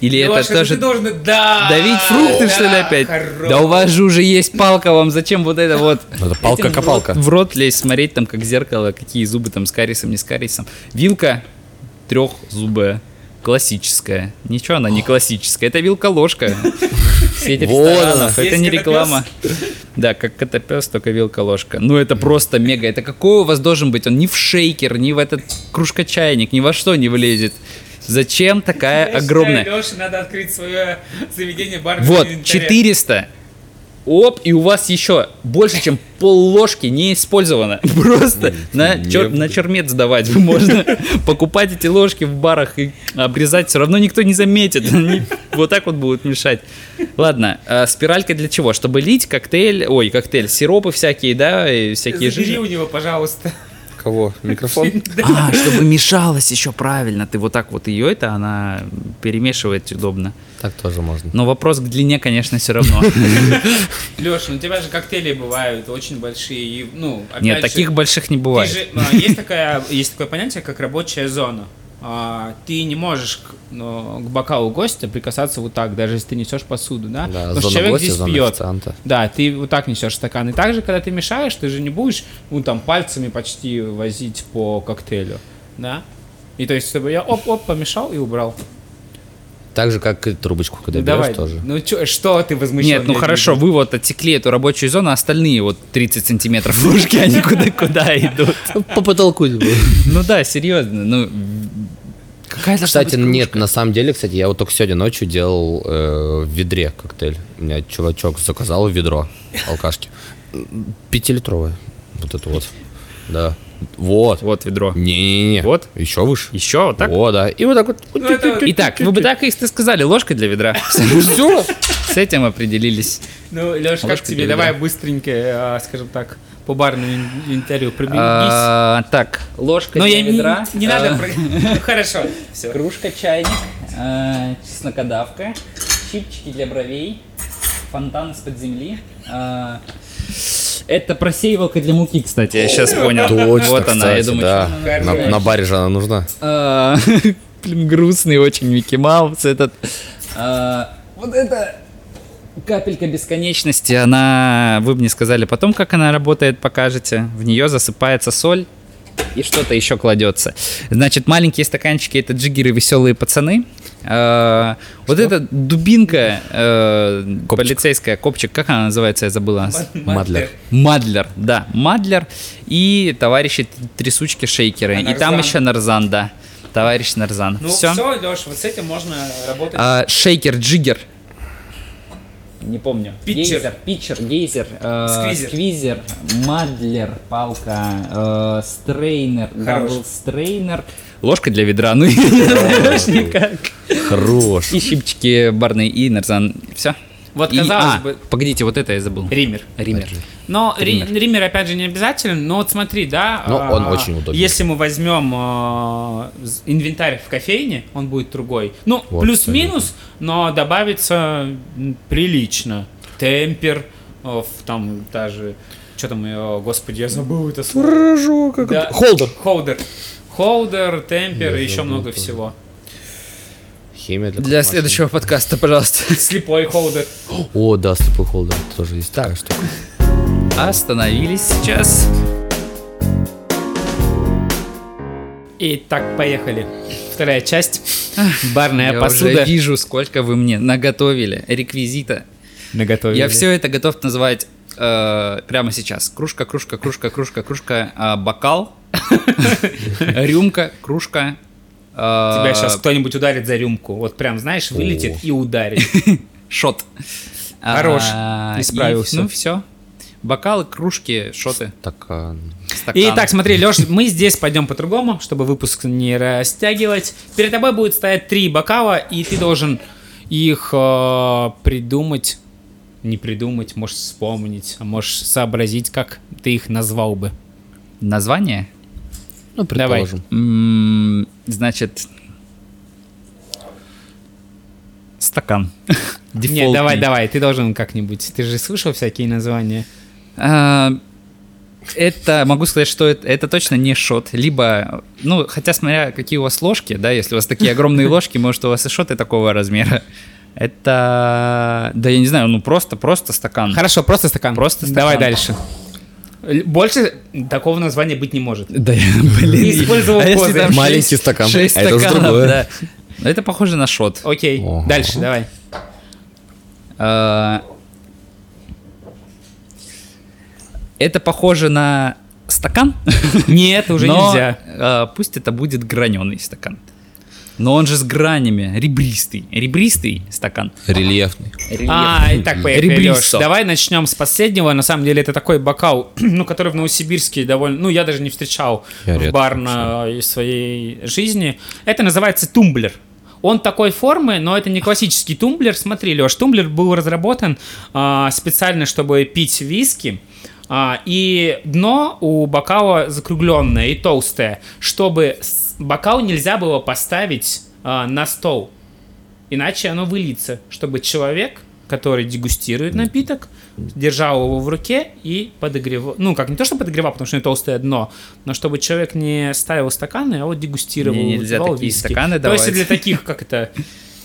S4: Или это
S2: Лёша,
S4: тоже...
S2: ты должен... Да!
S4: Давить фрукты,
S2: да,
S4: что ли, опять?
S2: А, хорош.
S4: Да у вас же уже есть палка, вам зачем вот это вот
S3: Ну, Это палка-копалка.
S4: в рот лезть, смотреть там, как зеркало, какие зубы там с карисом, не с карисом. Вилка трехзубая, классическая. Ничего она не классическая, это вилка-ложка. Сеть
S3: Вот
S4: ресторанов,
S2: она.
S4: это
S2: Есть
S4: не
S2: котопёс.
S4: реклама. Да, как котопес, только вилка-ложка. Ну это просто мега. Это какой у вас должен быть? Он ни в шейкер, ни в этот кружка-чайник, ни во что не влезет. Зачем такая
S2: Я считаю,
S4: огромная?
S2: Лёше надо открыть свое заведение бар.
S4: Вот, 400. Оп, и у вас еще больше, чем пол ложки не использовано. Просто на, чер-
S3: не-
S4: на чермет сдавать можно. Покупать эти ложки в барах и обрезать, все равно никто не заметит. Они вот так вот будут мешать. Ладно, а спиралька для чего? Чтобы лить коктейль, ой, коктейль, сиропы всякие, да, и всякие
S2: Забери
S4: жижи.
S2: у него, пожалуйста.
S3: Кого? Микрофон?
S4: А, чтобы мешалось еще правильно. Ты вот так вот ее, это она перемешивает удобно.
S3: Так тоже можно.
S4: Но вопрос к длине, конечно, все равно.
S2: Леша, ну у тебя же коктейли бывают очень большие. и, ну, опять
S4: Нет,
S2: же,
S4: таких больших не
S2: ты
S4: бывает.
S2: же- а, есть, такая, есть такое понятие, как рабочая зона. А, ты не можешь к, ну, к бокалу гостя прикасаться вот так, даже если ты несешь посуду,
S3: Да,
S2: да?
S4: ну,
S2: Потому что
S3: зона
S2: человек
S3: гостя,
S2: здесь
S3: зона
S2: пьет.
S3: официанта.
S2: Да, ты вот так несешь стакан. И также, когда ты мешаешь, ты же не будешь, ну, там, пальцами почти возить по коктейлю, да? И то есть, чтобы я оп-оп помешал и убрал.
S3: Так же, как и трубочку, когда
S2: Ну, давай.
S3: берешь тоже.
S2: Ну, чё- что ты возмущен?
S4: Нет, ну
S2: Я
S4: хорошо,
S2: не-
S4: вы вот отсекли эту рабочую зону, а остальные вот 30 сантиметров ложки, они куда-куда идут.
S3: По потолку.
S4: Ну да, серьезно, ну... Какая должна
S3: Кстати,
S4: быть
S3: нет,
S4: кружка?
S3: на самом деле, кстати, я вот только сегодня ночью делал э, в ведре коктейль. У меня чувачок заказал ведро алкашки. Пятилитровое. Вот это вот. Да. Вот.
S4: Вот ведро.
S3: Не-не-не.
S4: Вот?
S3: Еще выше.
S4: Еще вот так? Ну,
S3: О, да. И вот так вот.
S2: это-
S4: Итак, вы бы так и сказали, ложка для ведра. Все. С этим определились.
S2: Ну, Леш, как
S4: Ложка
S2: тебе?
S4: для
S2: Давай быстренько, э, скажем так, по барному ин- инвентарю пробегись.
S4: А, Так, ложка
S2: Но
S4: для
S2: я не,
S4: ведра.
S2: не
S4: а,
S2: надо... про- Ну, Хорошо, все.
S4: Кружка, чайник, э, чеснокодавка, щипчики для бровей, фонтан из-под земли. э, это просеивалка для муки, кстати, я сейчас понял.
S3: Точно,
S4: вот она, я
S3: кстати,
S4: думаю,
S3: да.
S4: чё
S2: она
S3: На,
S2: нахуй?
S3: на баре же она нужна.
S4: она- Э, Блин, грустный очень Микки Маус этот. Э, вот это капелька бесконечности, она, вы мне сказали потом, как она работает, покажете. В нее засыпается соль и что-то еще кладется. Значит, маленькие стаканчики это джиггеры веселые пацаны. Э, Вот эта дубинка э, полицейская, копчик, как она называется, я забыла.
S3: Мадлер.
S4: Мадлер, да, Мадлер и товарищи трясучки шейкеры.
S2: А
S4: и
S2: Нарзан?
S4: там еще Нарзан, да. Товарищ Нарзан.
S2: Ну,
S4: все.
S2: все, Леш, вот с этим можно работать.
S4: А, шейкер, джиггер. Не помню.
S2: Питчер.
S4: Гейзер, питчер, гейзер, э,
S2: Сквизер.
S4: сквизер, мадлер, палка, э, стрейнер,
S2: Хорош.
S4: дабл стрейнер. Ложка для ведра, ну и никак.
S3: Хорош.
S4: И щипчики барные, и нарзан. Все.
S2: Вот, казалось
S4: а.
S2: бы-
S4: Погодите, вот это я забыл.
S2: Ример.
S4: Ример.
S2: Но ри- риммер, опять же, не обязателен, но вот смотри, да.
S3: Но
S2: а,
S3: он очень удобен.
S2: Если мы возьмем а, з- инвентарь в кофейне, он будет другой. Ну,
S3: Вот,
S2: плюс-минус, но добавится м, прилично. Темпер, о, в- там даже... Что там, её, господи, я забыл это слово. Да.
S3: Холдер.
S2: Холдер. Холдер, темпер и еще много всего.
S3: Химия для,
S4: Для
S3: кофемашины.
S4: следующего подкаста, пожалуйста.
S2: Слепой холдер.
S3: О, да, слепой холдер тоже есть такая штука.
S4: Остановились сейчас.
S2: Итак, поехали. Вторая часть.
S4: Я
S2: Барная
S4: уже
S2: посуда.
S4: вижу, сколько вы мне наготовили реквизита.
S2: Наготовили.
S4: Я все это готов назвать э, прямо сейчас. Кружка, кружка, кружка, кружка, кружка, а, бокал, рюмка, кружка. э,
S2: Тебя сейчас кто-нибудь ударит за рюмку. Вот прям, знаешь, вылетит
S3: О.
S2: и ударит.
S4: Шот.
S2: Хорош,
S4: А,
S2: исправился.
S4: и, Ну все. Бокалы, кружки, шоты,
S3: Стакан.
S4: стаканы.
S2: Итак, смотри, Леш, мы здесь пойдем по-другому, чтобы выпуск не растягивать. Перед тобой будет стоять три бокала, и ты должен их э, придумать не придумать, можешь вспомнить, а можешь сообразить, как ты их назвал бы.
S4: Название?
S3: Ну, предположим.
S4: М, Значит, стакан.
S2: Не,
S4: Дефолтный.
S2: давай, давай, ты должен как-нибудь. Ты же слышал всякие названия?
S4: А, Это, могу сказать, что это, это точно не шот, либо, ну, хотя смотря какие у вас ложки, да, если у вас такие огромные ложки, может, у вас и шоты такого размера. Это, да я не знаю, ну просто-просто стакан.
S2: Хорошо, просто стакан.
S4: Просто
S2: Давай
S4: стакан.
S2: дальше. Л- Больше такого названия быть не может.
S4: Да, я, блин.
S2: Использовал
S4: а если
S2: козырь.
S4: там шесть-
S3: Маленький стакан,
S4: шесть
S3: а это уже
S4: стаканов,
S3: другое.
S4: да. Но Это похоже на шот.
S2: Окей,
S3: Ого.
S2: дальше, давай.
S4: А, Это похоже на стакан?
S2: Нет, уже
S4: но,
S2: нельзя.
S4: а, Пусть это будет граненый стакан. Но он же с гранями, ребристый. Ребристый стакан.
S3: Рельефный.
S2: А, и так поехали,
S4: Ребристо.
S2: Лёш. Давай начнем с последнего. На самом деле это такой бокал, ну, который в Новосибирске довольно... Ну, я даже не встречал
S3: Я
S2: в
S3: редко
S2: барной своей жизни. Это называется тумблер. Он такой формы, но это не классический тумблер. Смотри, Леш, тумблер был разработан а, специально, чтобы пить виски. А, и дно у бокала закругленное и толстое, чтобы с- бокал нельзя было поставить а, на стол. Иначе оно выльется, чтобы человек, который дегустирует напиток, держал его в руке и подогревал. Ну, как не то, что подогревал, потому что у него толстое дно, но чтобы человек не ставил стаканы, а вот дегустировал.
S4: Не, нельзя
S2: выпивал
S4: такие
S2: виски.
S4: стаканы
S2: То есть
S4: давать.
S2: для таких, как это,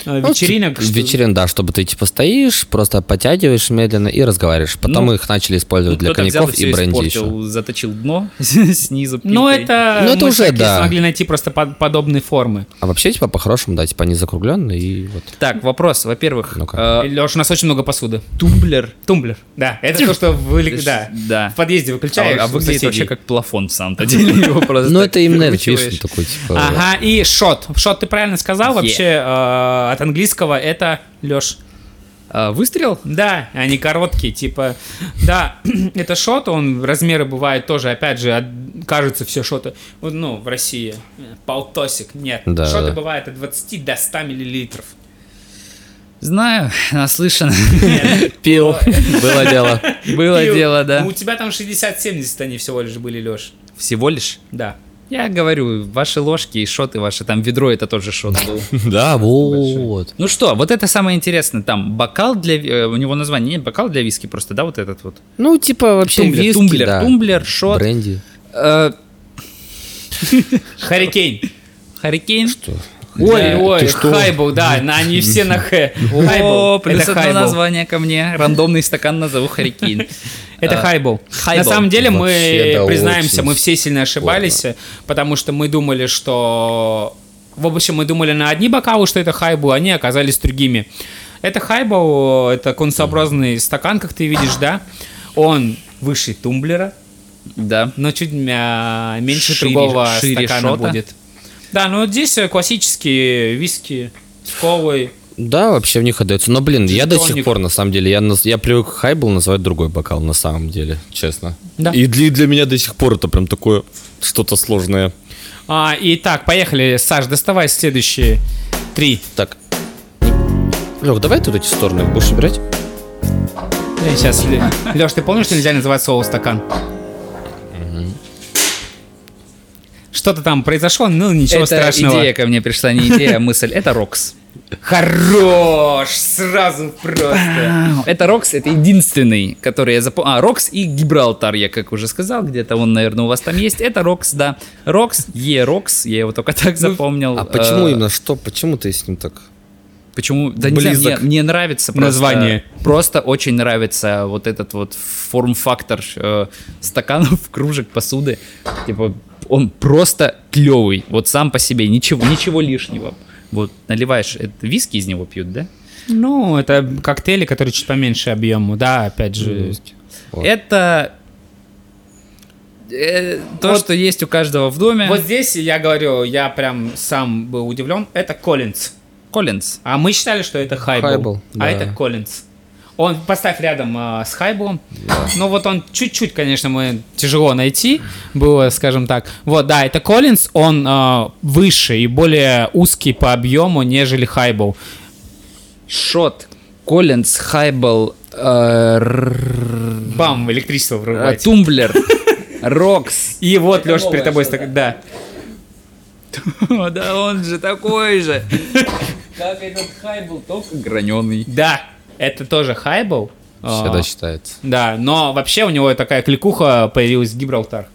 S2: э,
S4: Ну,
S2: вечеринок. что-
S3: Вечерин, да, чтобы ты типа стоишь, просто подтягиваешь медленно и разговариваешь. Потом
S4: Ну,
S3: их начали использовать для
S4: Кто-то взял
S3: коньяков и
S4: всё
S3: бренди
S4: испортил,
S3: еще.
S4: Заточил дно снизу. А
S2: Ну,
S4: пилкой.
S2: это,
S3: Ну, это
S2: мы
S3: уже,
S2: всякие
S3: да.
S2: смогли найти просто под- подобные формы.
S3: А вообще, типа, по-хорошему, да, типа, они закругленные и вот.
S4: Так, вопрос. Во-первых,
S3: Ну-ка.
S4: э,
S2: Леш, у нас очень много посуды.
S4: тумблер.
S2: Тумблер. Да, это то, что вы, да,
S4: Да.
S2: в подъезде выключаешь.
S4: а
S2: у
S4: выглядит
S2: соседей.
S4: вообще как плафон в самом-то деле. Его просто
S3: Ну,
S4: так
S3: это именно, этот, видишь,
S4: выкручиваешь.
S3: такой, типа...
S2: Ага, и шот. Шот ты правильно сказал,
S4: Е.
S2: вообще э, от английского это Леш.
S4: А, Выстрел?
S2: Да, они короткие, типа, да, это шот, он размеры бывают тоже, опять же, от- кажется, все шоты, вот, ну, в России, э, полтосик, нет,
S3: Да,
S2: шоты
S3: да.
S2: бывают от 20 до 100 миллилитров.
S4: Знаю, наслышан.
S2: Нет,
S4: Пил.
S3: Было дело.
S4: Было
S2: пил.
S4: дело, да.
S2: Ну, У тебя там 60-70 они всего лишь были, Леш,
S4: Всего лишь?
S2: да.
S4: Я говорю, ваши ложки и шоты ваши, там ведро это тоже шот был.
S3: Да, вот.
S4: Ну что, вот это самое интересное, там бокал для, ви- э, у него название, нет, бокал для виски просто, да, вот этот вот.
S3: Ну, типа, вообще
S4: Тумблер,
S3: виски,
S4: тумблер,
S3: да.
S4: тумблер, шот.
S3: Бренди.
S4: Э,
S2: Харикейн. Э,
S4: Харикейн.
S2: Ой,
S4: Ты
S2: ой,
S3: что?
S2: хайбл, да, на- они все на Х.
S4: О,
S2: Хайбл,
S4: плюс
S2: это
S4: одно
S2: хайбл.
S4: название ко мне, рандомный стакан назову Харикейн.
S2: Это
S4: А,
S2: хайбол. На
S4: хайбол.
S2: самом деле мы
S3: Вообще, да,
S2: признаемся,
S3: очень
S2: мы все сильно ошибались, потому что мы думали, что... В общем, мы думали на одни бокалы, что это хайбол, они оказались другими. Это хайбол, это конусообразный стакан, как ты видишь, да? Он выше тумблера,
S4: Да.
S2: но чуть мя- меньше
S4: Шире-
S2: другого
S4: шире
S2: стакана
S4: шота?
S2: будет. Да, ну здесь э, классические виски с колой.
S3: Да, вообще в них отдается. Но, блин, я до
S2: Тоник.
S3: сих пор, на самом деле, я, наз- я привык хайбл называть другой бокал, на самом деле, честно.
S2: Да.
S3: И для, для меня до сих пор это прям такое что-то сложное.
S2: А, итак, поехали, Саш, доставай следующие три.
S3: Так. Лех, давай ты вот эти стороны будешь убирать?
S2: Блин, сейчас, Леш, ты помнишь, что нельзя называть слово стакан? Что-то там произошло, ну ничего
S4: это
S2: страшного.
S4: идея ко мне пришла, не идея, а мысль. Это Рокс.
S2: Хорош! Сразу просто.
S4: Это Рокс, это единственный, который я запомнил. А, Рокс и Гибралтар, я как уже сказал, где-то он, наверное, у вас там есть. Это Рокс, да. Рокс, Е, Рокс, я его только так запомнил.
S3: А почему
S4: Э,
S3: именно что? Почему ты с ним так?
S4: Почему? Да не знаю,
S3: Близок.
S4: мне, мне нравится просто-
S2: Название.
S4: Просто очень нравится вот этот вот форм-фактор э, стаканов, кружек, посуды. Типа, он просто клевый. Вот сам по себе, ничего, ничего лишнего. Вот наливаешь, это виски из него пьют, да?
S2: Ну, это коктейли, которые чуть поменьше объему, да, опять же.
S3: Вот.
S4: Это э, то,
S2: Вот-
S4: что есть у каждого в доме.
S2: Вот здесь я говорю, я прям сам был удивлен. Это Коллинз.
S4: Коллинз.
S2: А мы считали, что это Хайбл.
S3: Хайбл,
S2: а
S3: да.
S2: это Коллинз. Он поставь рядом а, с Хайблом. Ну вот он чуть-чуть, конечно, мы тяжело найти было, скажем так. Вот, да, это Коллинз, он а, выше и более узкий по объему, нежели Хайбл.
S4: Шот. Коллинз, Хайбл, э, р-
S2: Бам, электричество
S4: э,
S3: А
S2: врубать.
S4: Тумблер, Рокс.
S2: И вот, Леш, перед тобой стак... Да.
S4: Да он же такой же. Как этот Хайбл, только граненый.
S2: Да, это тоже хайбл. А,
S3: Всегда считается.
S2: Да, но вообще у него такая кликуха появилась Гибралтар.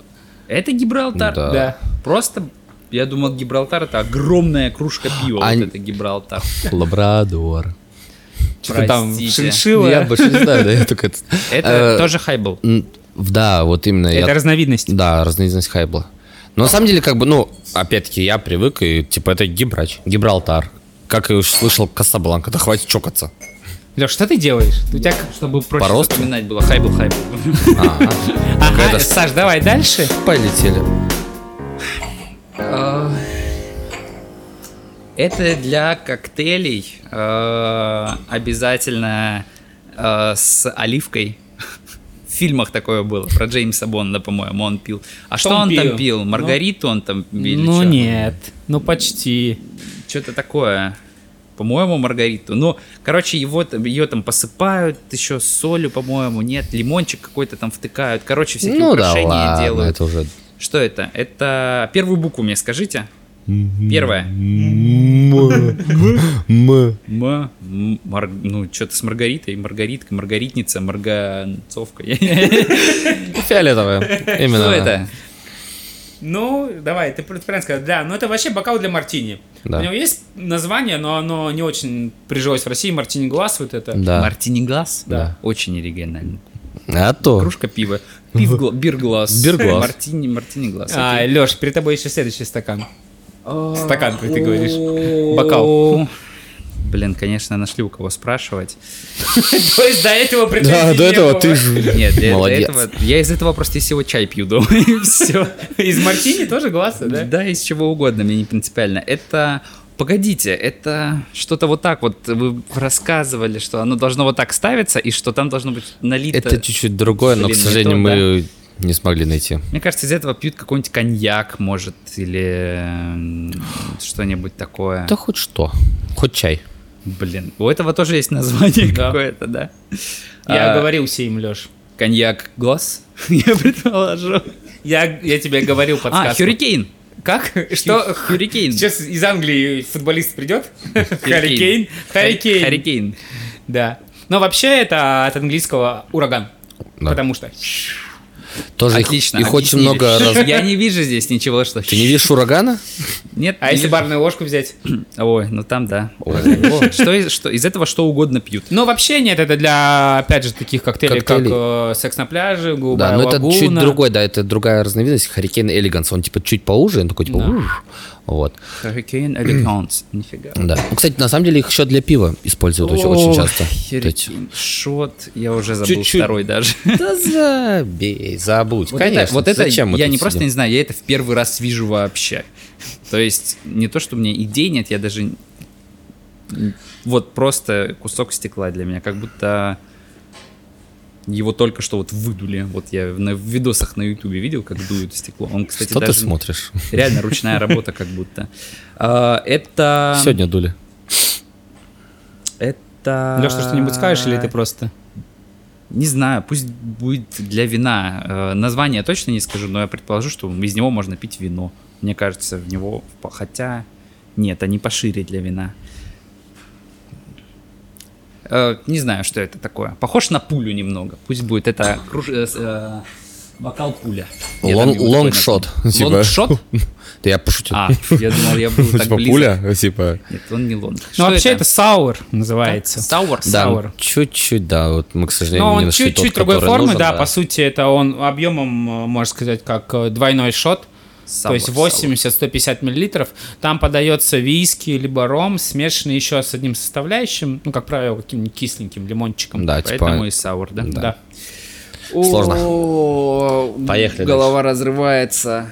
S4: Это Гибралтар.
S3: Ну Да.
S2: Да.
S4: Просто я думал, Гибралтар это огромная кружка пива.
S3: Ань-
S4: Вот это Гибралтар.
S3: Лабрадор.
S2: Что-то Типа там
S4: Простите.
S2: шиншилла.
S3: Я больше не знаю, да, я только... это-
S4: Это
S3: Э,
S4: тоже хайбл.
S3: м, Да, вот именно.
S2: Это
S3: я-
S2: разновидность.
S3: Да, разновидность хайбла. Но на самом деле, как бы, ну, опять-таки, я привык, и, типа, это Гибрач, Гибралтар. Как я уж слышал, Касабланка, да хватит чокаться.
S2: Леш, что ты делаешь? У тебя...
S4: Чтобы проще
S3: По росту?
S4: запоминать было. Хайбл, хайбл.
S2: Ага,
S3: это-
S2: Саш, давай дальше.
S3: Полетели.
S4: Это для коктейлей э, обязательно э, с оливкой. В фильмах такое было. Про Джеймса Бонда, по-моему, он пил. А что он
S2: пил.
S4: там пил? Маргариту он там пил?
S2: ну нет, ну почти.
S4: Что-то такое. По-моему, Маргариту. Ну, короче, его, там- ее там посыпают еще с солью, по-моему, нет. Лимончик какой-то там втыкают. Короче, всякие
S3: Ну да
S4: украшения
S3: ладно,
S4: делают.
S3: это уже...
S4: Что это? Это первую букву мне скажите. Первая. М. М. Мар- Ну, что-то с Маргаритой. Маргаритка, Маргаритница, Марганцовка.
S3: Фиолетовое. Именно.
S4: Что
S3: она.
S4: это?
S2: Ну, давай, ты правильно сказал. Да, ну это вообще бокал для мартини.
S3: Да.
S2: У него есть название, но оно не очень прижилось в России. Мартини глаз вот это.
S3: Да.
S4: Мартини глаз?
S3: Да.
S4: Очень оригинально.
S3: А то.
S4: Кружка пива. Пив-гла- Бир-глаз.
S3: Бир-глаз.
S4: Мартини, мартини глаз.
S2: А, Леш, перед тобой еще следующий стакан. А, Стакан, как ты говоришь. Бокал.
S4: Бокал. Блин, конечно, нашли у кого спрашивать.
S2: То есть до этого претензий
S3: Да, до
S2: не
S3: этого
S2: было.
S3: ты же...
S4: Нет, я, из-за
S3: Молодец.
S4: этого, я из этого просто из всего чай пью дома, и все.
S2: Из мартини тоже глаза, да?
S4: Да, из чего угодно, мне не принципиально. Это... Погодите, это что-то вот так вот вы рассказывали, что оно должно вот так ставиться, и что там должно быть налито.
S3: Это чуть-чуть другое, но, к
S4: Блин, не
S3: сожалению,
S4: то,
S3: мы не смогли найти.
S4: Мне кажется, из этого пьют какой-нибудь коньяк, может, или м, что-нибудь такое.
S3: Да хоть что. Хоть чай.
S4: Блин, у этого тоже есть название
S2: Да.
S4: какое-то, да?
S2: Я
S4: А,
S2: говорился им, Леш.
S4: Коньяк глаз, я предположу.
S2: Я, я тебе говорил подсказку.
S4: А, Хюрикейн.
S2: Как? Что?
S4: Хюрикейн.
S2: Сейчас из Англии футболист придет.
S4: Хюрикейн.
S2: Харикейн. Харикейн.
S4: Харикейн.
S2: Да. Но вообще это от английского ураган.
S3: Да.
S2: Потому что...
S3: Тоже их-
S4: Отлично.
S3: их очень
S4: объяснили.
S3: много раз...
S4: Я не вижу здесь ничего, что...
S3: Ты не видишь урагана?
S4: Нет,
S2: А
S4: не
S2: если
S4: вижу.
S2: барную ложку взять?
S4: Ой, ну там да.
S3: О,
S4: Что из, что, из этого что угодно пьют.
S2: Ну, вообще нет, это для, опять же, таких коктейлей,
S3: Коктейлей.
S2: как э, «Секс на пляже», «Голубая
S3: Да, но это чуть
S2: лагуна».
S3: другой, да, это другая разновидность. Харикейн Элеганс, он типа чуть поуже, он такой типа... «Ух». Вот,
S4: Hurricane Elegance. Нифига.
S3: да. Ну, кстати, на самом деле их еще для пива используют очень- очень часто. Вот эти-
S4: Hurricane Shot. Я уже забыл
S3: Чуть-чуть.
S4: второй даже.
S3: Да забей, забудь.
S4: Вот
S3: Конечно,
S4: это, вот это
S3: зачем мы
S4: я
S3: тут
S4: не просто
S3: сидим?
S4: не знаю, я это в первый раз вижу вообще. То есть не то, что у меня идей нет, я даже... Вот просто кусок стекла для меня, как будто его только что вот выдули. Вот я на в видосах на ютубе видел, как дуют стекло. Он, кстати,
S3: Что ты
S4: даже
S3: смотришь?
S4: реально ручная работа как будто. А, Это...
S3: Сегодня дули.
S4: Это...
S2: Леш, ты что-нибудь скажешь или ты просто...
S4: Не знаю, пусть будет для вина. Э, Название я точно не скажу, но я предположу, что из него можно пить вино. Мне кажется, в него... по- Хотя... Нет, они пошире для вина. Э, Не знаю, что это такое. Похож на пулю немного. Пусть
S2: Ну,
S4: будет это... круж- э, с- э, Бокал пуля. Я там
S3: Лон-
S4: его такой
S3: Лонгшот.
S4: напомню.
S3: типа.
S4: Лонгшот?
S3: Да я пошутил.
S4: А, я думал, я был так
S3: Типа
S4: близко.
S3: пуля, типа...
S4: Нет, он не лонг.
S2: Ну, вообще это «Саур» называется.
S4: Сауэр.
S3: Да, ну,
S2: Sour.
S3: чуть-чуть, да, вот мы, к сожалению,
S2: Но
S3: не
S2: он
S3: нашли тот,
S2: чуть-чуть другой
S3: который
S2: формы,
S3: нужен,
S2: да, по сути, это он объемом, э, можно сказать, как э, двойной шот.
S4: Sour,
S2: То есть 80-150 миллилитров. Там подается виски либо ром, смешанный еще с одним составляющим, ну, как правило, каким-нибудь кисленьким лимончиком.
S3: Да,
S4: Поэтому
S3: типа...
S4: и саур, да?
S2: Да.
S3: Сложно.
S4: Сложно.
S3: Поехали
S4: Голова разрывается.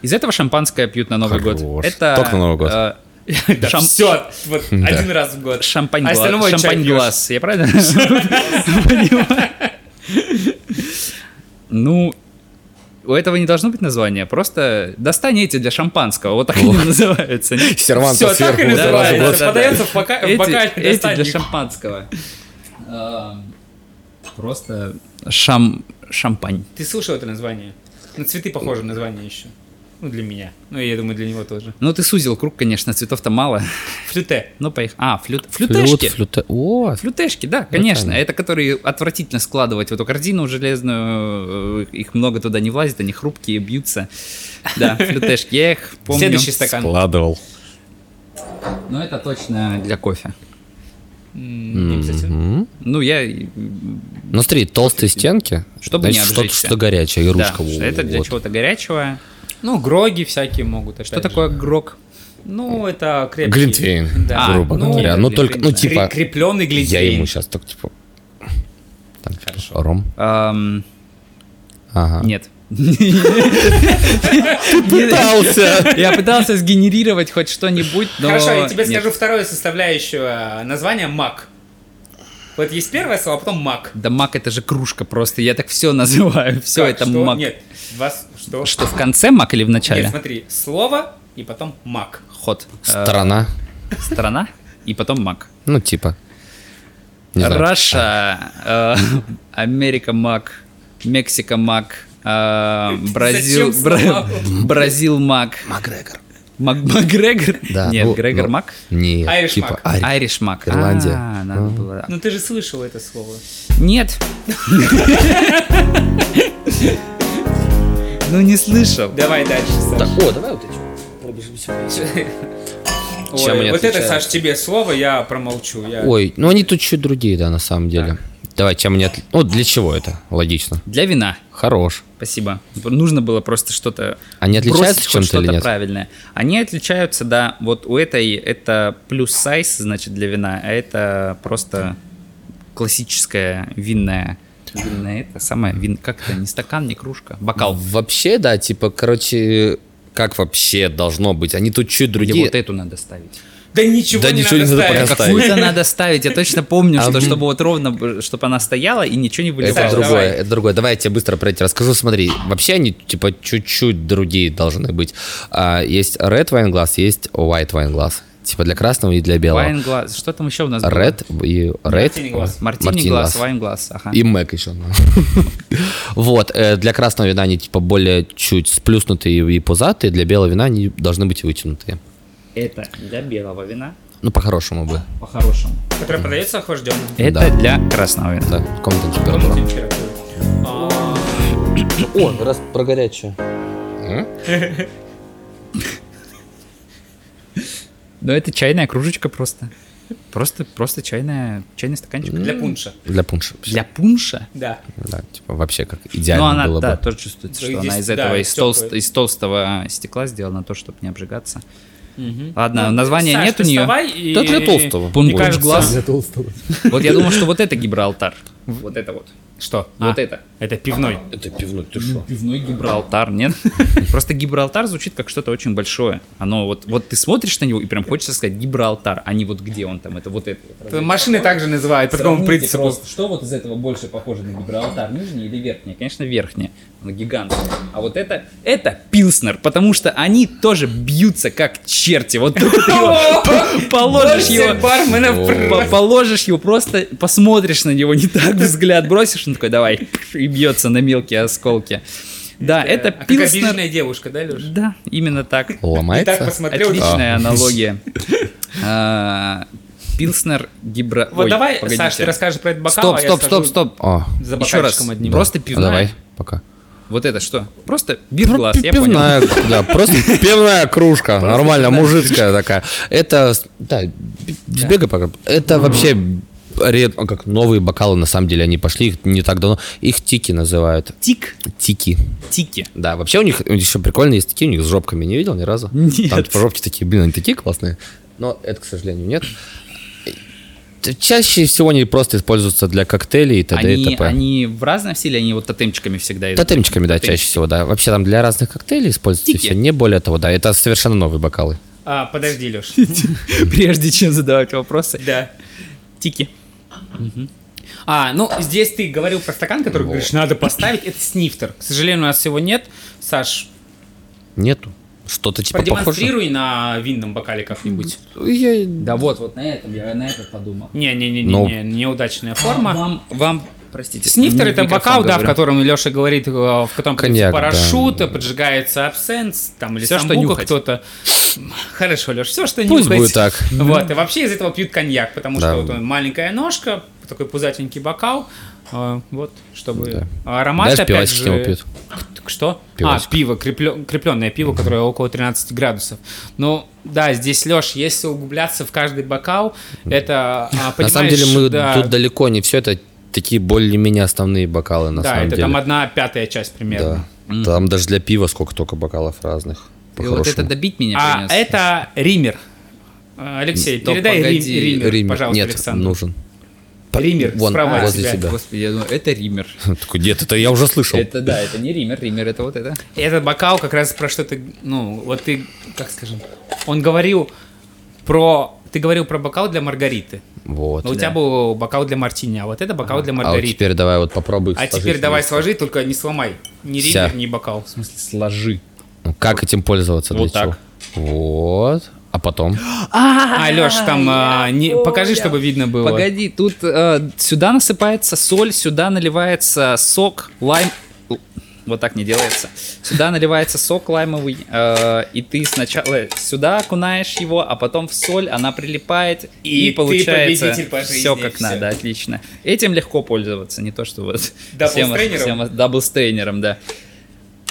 S4: Из этого шампанское пьют на Новый
S3: Хорош.
S4: год. Это
S3: Только на Новый год.
S4: э, шам-
S2: Все, вот один раз в год.
S4: Шампань
S2: А остальное
S4: глаз. Шампань
S2: чай пьёшь.
S4: глаз. Я правильно? понимаю? Ну, у этого не должно быть названия, просто достань эти для шампанского, вот так они называются.
S3: Сервант
S2: Все, так и
S3: сверху сразу.
S4: называется,
S3: вот.
S2: называется.
S4: да,
S2: Подается в бока- в
S4: Эти,
S2: бокальчик.
S4: эти для
S2: достань.
S4: шампанского. А, Просто шам шампань.
S2: Ты слышал это название? На цветы похоже название еще. Ну, для меня. Ну, и я думаю, для него тоже.
S4: Ну, ты сузил круг, конечно, цветов-то мало.
S2: Флюте.
S4: Ну, поехали. А, флют...
S3: Флют,
S4: флютешки.
S3: флюте- О,
S4: Флютешки, да, конечно.
S3: понятно.
S4: Это которые отвратительно складывать в эту корзину железную. э, Их много туда не влазит, они хрупкие, бьются. Да, флютешки, я их помню.
S2: Следующий стакан.
S3: складывал.
S4: Ну, это точно для кофе.
S2: М, не обязательно.
S3: М.
S4: Ну, я... э,
S3: Ну смотри, толстые стенки,
S4: Чтобы не
S3: значит, что-то
S4: обжечься.
S3: что горячее, и
S4: Да,
S3: ручка.
S4: что это для
S3: вот.
S4: чего-то горячего.
S2: Ну, гроги всякие могут. опять
S4: Что
S2: же.
S4: такое грок?
S2: Ну, это крепкий.
S3: Глинтвейн,
S2: Да.
S3: грубо
S2: ну,
S3: говоря.
S4: я
S3: Ну
S4: для
S3: только, ну
S4: глинтвейна.
S3: типа,
S2: Крепленный
S3: я
S2: глинтвейн.
S3: ему сейчас только типа... Там, типа, ром.
S4: Ам,
S2: А.
S3: Ага.
S4: Нет. пытался. Я пытался сгенерировать хоть что-нибудь, но...
S2: Хорошо, я тебе
S4: нет.
S2: скажу второе составляющее э, название мак. Вот есть первое слово, а потом мак.
S4: Да мак это же кружка просто, я так все называю, все
S2: Как,
S4: это
S2: что?
S4: мак.
S2: Нет, вас что? А,
S4: Что, в конце мак или в
S2: Нет,
S4: начале?
S2: смотри, слово и потом мак.
S4: Ход. Э,
S3: Страна.
S4: Страна и потом мак.
S3: Ну типа. Не знаю.
S4: Раша, э, Америка мак, Мексика мак, э, Бразил...
S2: Зачем
S4: Бра-
S2: слова?
S4: Бразил мак.
S3: Макгрегор.
S4: Мак- Макгрегор?
S3: Да,
S4: Нет,
S3: ну,
S4: Грегор
S3: ну,
S4: мак.
S3: Не,
S2: Айриш
S3: типа
S2: мак.
S3: Айри-
S4: Айриш мак.
S3: Ирландия.
S4: А, надо было.
S2: Ну ты же слышал это слово.
S4: Нет. Ну не слышал.
S2: Давай дальше, Саш.
S3: Так, о, давай вот эти. Пробежимся.
S2: Ой,
S3: Чем они
S2: вот это,
S3: отличаются?
S2: Саш, тебе слово, я промолчу. Я...
S3: Ой, ну они тут чуть другие, да, на самом деле. а Давай, чем они отли... Вот Ну, для чего это? Логично.
S4: Для вина.
S3: Хорош.
S4: Спасибо. Нужно было просто что-то...
S3: Они отличаются
S4: бросить хоть
S3: чем-то или
S4: что-то
S3: нет?
S4: правильное. Они отличаются, да. Вот у этой это плюс сайз, значит, для вина, а это просто классическая винная... Винная это самое... Вин... Как это? Не стакан, не кружка. Бокал.
S3: А Вообще, да, типа, короче, как вообще должно быть? Они тут чуть
S4: И
S3: другие.
S4: вот эту надо ставить.
S2: Да ничего
S3: Да
S2: не
S3: ничего не
S2: надо
S3: надо
S2: ставить.
S3: пока
S4: Какую-то надо ставить. Я точно помню, что
S3: Ам.
S4: чтобы вот ровно, чтобы она стояла и ничего не
S3: Это
S4: выливалось.
S2: Саш,
S3: другое,
S2: давай.
S3: это другое. Давай я тебе быстро про эти расскажу. Смотри, вообще они типа чуть-чуть другие должны быть. А, есть red wine glass, есть white wine glass. Типа для красного и для белого.
S4: Wine glass. Что там еще у нас? было?
S3: Red и
S2: Мартини
S3: red.
S2: glass.
S4: Мартини глаз, вайн глаз. Ага.
S3: И Мэг еще. ну. Вот, э, для красного вина они типа более чуть сплюснутые и пузатые, для белого вина они должны быть вытянутые.
S4: Это для белого вина,
S3: Ну, по-хорошему бы.
S4: по-хорошему.
S2: Которое продается охлажденным.
S4: Это
S3: Да.
S4: для красного вина.
S3: Да, комната
S2: Комната
S3: температура.
S2: температуры. А,
S3: О, раз про горячее.
S4: Но это чайная кружечка просто. Просто, просто чайная, чайный стаканчик.
S2: Для пунша.
S3: Для пунша.
S4: Для пунша?
S2: Да.
S3: Да, типа вообще как
S4: Ну,
S3: идеально
S4: она,
S3: было
S4: да,
S3: бы.
S4: тоже чувствуется,
S2: Да,
S4: что
S2: здесь,
S4: она из
S2: да,
S4: этого, из,
S2: тёплая.
S4: толст- из толстого стекла сделана, то, чтобы не обжигаться. Ладно, названия
S2: Ну, Саш,
S4: нет у
S2: ты
S4: нее.
S2: вставай и-
S3: Да для толстого.
S2: Мне
S4: Пунгу.
S2: кажется, глаз...
S4: Вот я думал, что вот это Гибралтар. Вот это вот.
S2: Что?
S4: Вот
S2: А,
S4: это.
S2: Это пивной.
S3: Это пивной, ты что?
S4: Пивной Гибралтар, нет? Просто Гибралтар звучит как что-то очень большое. Оно вот, вот ты смотришь на него и прям хочется сказать Гибралтар, а не вот где он там, это вот это. вот.
S2: Машины также называют по такому
S4: Сравните
S2: принципу.
S4: просто, что вот из этого больше похоже на Гибралтар, нижняя или верхняя? Конечно, верхняя, она гигантская. А вот это, это Пилснер, потому что они тоже бьются как черти. Вот тут ты его по- положишь
S2: Все
S4: его,
S2: барменов
S4: по- положишь его, просто посмотришь на него, не так взгляд бросишь, он такой, давай, и бьется на мелкие осколки. Да, это
S2: А как
S4: Пилснер.
S2: обиженная девушка, да, Леша?
S4: Да, именно так.
S2: И так
S3: Ломается?
S2: посмотрел.
S4: Отличная аналогия. А, Пилснер Гибра...
S2: Вот
S4: Ой,
S2: давай,
S4: погодите.
S2: Саш, ты расскажешь про этот бокал,
S4: Стоп,
S2: а я
S4: стоп,
S2: скажу
S4: стоп, стоп.
S3: О,
S4: Еще
S2: За
S4: раз.
S2: бокальчиком одним.
S4: Просто
S3: ну
S4: пивная.
S3: давай, пока.
S4: Вот это что? Просто бир-глаз, я понял.
S3: Пивная, да, просто пивная кружка, нормально, мужицкая такая. Это, с- да, б- сбегай пока. Это вообще ред, а как новые бокалы, на самом деле, они пошли, их не так давно. Их тики называют.
S4: Тик,
S3: Тики.
S4: тики.
S3: Да, вообще у них еще прикольно есть такие, у них с жопками не видел ни разу.
S4: Нет.
S3: Там типа, жопки такие, блин, они такие классные. Но это, к сожалению, нет. Т- Чаще всего они просто используются для коктейлей и т.д. и
S4: Они,
S3: т.п.
S4: они в разном стиле, они вот тотемчиками всегда идут.
S3: Тотемчиками, да,
S4: Тотемчики.
S3: чаще всего, да. Вообще там для разных коктейлей используется
S4: Тики.
S3: все. Не более того, да. Это совершенно новые бокалы.
S2: А, подожди, Леш.
S4: Прежде чем задавать вопросы.
S2: Да.
S4: Тики.
S2: А, ну здесь ты говорил про стакан, который
S3: Вот.
S2: говоришь, надо поставить. Это снифтер. К сожалению, у нас его нет. Саш,
S3: Нету. Что-то типа похоже.
S2: продемонстрируй на винном бокале как-нибудь.
S4: Да вот, вот на этом, я на этом подумал.
S2: Не-не-не,
S3: Ну.
S2: не, неудачная форма.
S4: Вам, вам, простите.
S2: Снифтер
S4: в
S2: это
S4: микрофон
S2: бокал, да, в
S4: говорю.
S2: котором Леша говорит, э, в котором
S3: Коньяк, да.
S2: парашют, э, поджигается абсенс, там или
S4: Всё, что
S2: самбука
S4: нюхать.
S2: кто-то. Хорошо, Леша, все, что
S3: Пусть
S2: нюхать.
S3: будет так.
S2: Вот, и вообще из этого пьют коньяк, потому
S3: Да.
S2: что вот он маленькая ножка, такой пузатенький бокал, э, вот, чтобы
S3: Да.
S2: аромат
S3: Знаешь,
S2: опять
S3: пивасик
S2: же-
S3: к нему пьют.
S2: К- Что?
S3: Пивасик.
S2: А, пиво, крепленное пиво, которое около 13 градусов. Ну, да, здесь, Леш, если углубляться в каждый бокал, это, а,
S3: На
S2: понимаешь,
S3: самом деле мы
S2: да,
S3: тут далеко не все это такие более-менее основные бокалы на
S2: да,
S3: самом
S2: это
S3: деле.
S2: там одна пятая часть примерно.
S3: Да. Там даже для пива сколько только бокалов разных.
S4: И вот это
S3: по-хорошему.
S4: добить меня
S2: А
S4: принес.
S2: это Ример. А, Алексей,
S4: Да
S2: передай Рим-
S4: погоди,
S2: Ример,
S3: Ну, Ример.
S2: пожалуйста,
S3: Нет, ну
S2: Александр.
S3: нужен.
S2: Ример,
S3: Вон,
S2: справа от
S3: возле
S2: тебя.
S3: себя.
S4: Господи, я думаю, это ример.
S3: Такой, нет, это я уже слышал.
S4: Это да, это не ример, ример это вот это.
S2: Этот бокал как раз про что ты, ну, вот ты, как скажем, он говорил про, ты говорил про бокал для Маргариты.
S3: Вот.
S2: Но Ну, у тебя был бокал для Мартини, а вот это бокал для
S3: А вот
S2: Маргариты.
S3: теперь давай вот попробуй.
S2: А
S3: сложить
S2: теперь давай
S3: вместе.
S2: сложи, только не сломай. Ни
S3: Вся.
S2: ример, ни бокал.
S4: В смысле, сложи.
S3: Ну, Как этим пользоваться?
S4: Вот
S3: для
S4: так.
S3: чего? Вот. А потом?
S2: А, Леш, там а, не- покажи, чтобы видно было.
S4: Погоди, тут э, сюда насыпается соль, сюда наливается сок, лайм. У, Вот так не делается. Сюда наливается сок лаймовый, э, и ты сначала сюда окунаешь его, а потом в соль она прилипает,
S2: И
S4: и,
S2: ты
S4: получается
S2: победитель по жизни,
S4: все как
S2: всё.
S4: надо, отлично. Этим легко пользоваться, не то что вот
S2: Даблстрейнером?
S4: даблстрейнером, да.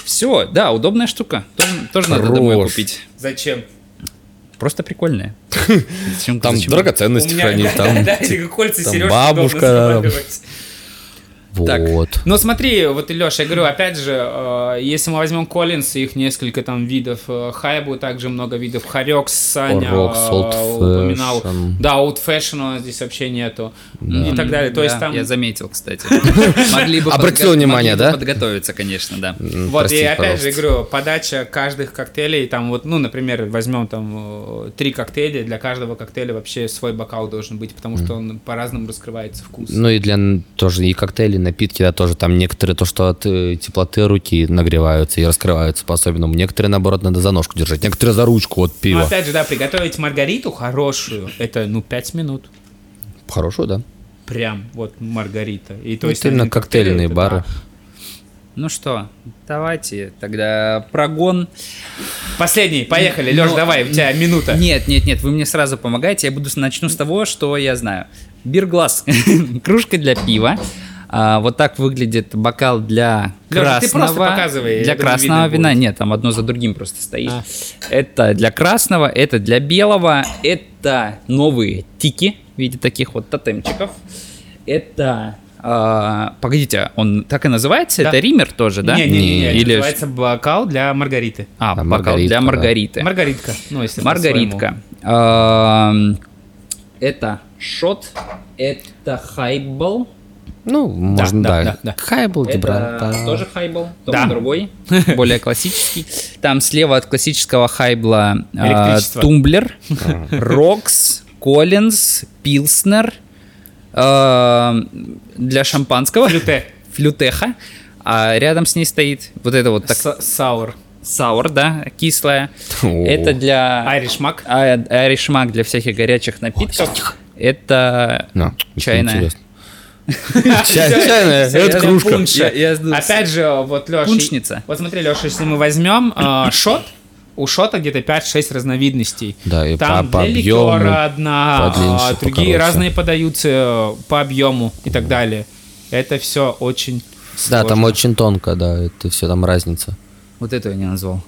S4: Все, да, удобная штука. Тоже, тоже надо домой
S3: Хорош.
S4: купить.
S2: Зачем?
S4: Просто прикольная.
S2: А
S4: Зачем-
S3: Там
S4: зачем?
S3: драгоценности хранить,
S2: да,
S3: там.
S2: да, эти кольца,
S3: там
S2: сережки
S3: бабушка, да, там.
S4: Так.
S3: Вот.
S2: Ну смотри, вот, Леша, я говорю, опять же, э, если мы возьмем Коллинс, их несколько там видов, э, Хайбу также много видов, Харек, Саня
S3: Орокс,
S2: э,
S3: Old
S2: упоминал.
S3: Fashion.
S2: Да, Old Fashion здесь вообще нету. И так далее. То есть
S4: Да,
S2: там...
S4: Я заметил, кстати. Могли бы
S3: Обратил
S4: подго-
S3: внимание,
S4: могли бы
S3: да?
S4: Подготовиться, конечно, да.
S3: М,
S2: Вот, и
S3: простите,
S2: опять
S3: пожалуйста.
S2: же, говорю, подача каждых коктейлей, там вот, ну, например, возьмем там э, три коктейля, для каждого коктейля вообще свой бокал должен быть, потому что он по-разному раскрывается вкус.
S3: Ну и для н- тоже и коктейли, и напитки, да, тоже там некоторые то, что от э, теплоты руки нагреваются и раскрываются по-особенному. Некоторые, наоборот, надо за ножку держать, некоторые за ручку от
S2: Ну,
S3: пива.
S2: опять же, да, приготовить маргариту хорошую, это, ну, пять минут.
S3: Хорошую, да.
S2: Прям вот маргарита. И то
S3: Ну,
S2: есть
S3: это именно
S2: один коктейль,
S3: коктейльные
S2: это
S3: бары.
S4: Ну что, давайте тогда прогон.
S2: да. Последний, поехали, Леш,
S4: Но-
S2: давай, у тебя минута.
S4: Нет, нет, нет, вы мне сразу помогаете. Я буду с- начну с того, что я знаю. Бирглаз. Кружка для пива. А, вот так выглядит бокал для
S2: Лёша,
S4: красного.
S2: ты просто показывай, я
S4: Для
S2: думаю, видно
S4: красного вина.
S2: будет. А.
S4: Нет, там одно за другим просто стоит. Это для красного, это для белого, это новые тики в виде таких вот тотемчиков. Это... а, погодите, он так и называется?
S2: Да.
S4: Это ример тоже, да?
S2: Не-не-не,
S4: Или-
S2: называется бокал для маргариты.
S4: А,
S3: Да,
S4: бокал для
S3: маргаритка,
S4: маргариты.
S3: да.
S2: Маргаритка. Ну, если
S4: Маргаритка. Эм, Это шот, это хайбл,
S3: Ну, можно, да.
S2: да, да, да.
S3: Хайбл,
S4: это
S3: Гибралтар.
S4: тоже хайбл,
S2: Да.
S4: только другой, более классический. Там слева от классического хайбла э,
S2: Электричество.
S4: тумблер, рокс, коллинз, пилснер, э, для шампанского
S2: Люте.
S4: флютеха, а рядом с ней стоит вот это вот так,
S2: С- Саур.
S4: саур, да, кислая.
S3: О.
S4: Это для
S2: Айриш Мак.
S4: А- Irish Mac для всяких горячих напитков. Это
S3: На, это
S4: чайная.
S3: Ну, интересно. Чай- Чайная,
S2: Всё,
S3: это
S2: я
S3: кружка.
S2: пунша.
S4: Я- я знал.
S2: Опять же, вот Леша.
S4: Пуншница.
S2: Вот смотри, Леша, если мы возьмем э, шот, у шота где-то 5-6 разновидностей.
S3: Да, и
S2: Там
S3: по- по
S2: для
S3: объему,
S2: ликера одна,
S3: подлиннее,
S2: а, другие
S3: покороче.
S2: разные подаются э, по объему и так далее. Это все очень
S3: Да, там
S2: сложно.
S3: очень тонко, да, это все там разница.
S4: Вот этого я не назвал.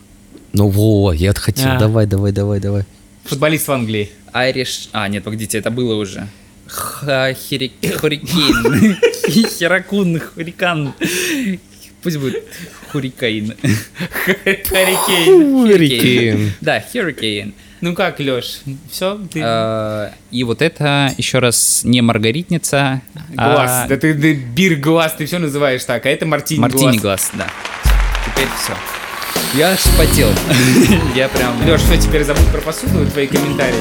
S3: Ну во, я отхотел.
S2: А.
S3: Давай, давай, давай, давай.
S2: Футболист в Англии.
S4: Irish... А, нет, погодите, это было уже. Ха- хири- Хурикейн. Хиракун, хурикан. Пусть будет хурикаин.
S2: Харикейн.
S4: Хурикейн. Да, хурикейн.
S2: Ну как, Леш, все, ты...
S4: Э, И вот это, еще раз, не маргаритница, а
S2: Глаз. Да ты, бир глаз, ты все называешь так, а это мартини глаз.
S4: мартини глаз, да. Теперь все. Я аж вспотел. Я прям...
S2: Леш, все, теперь забудь про посуду и твои комментарии.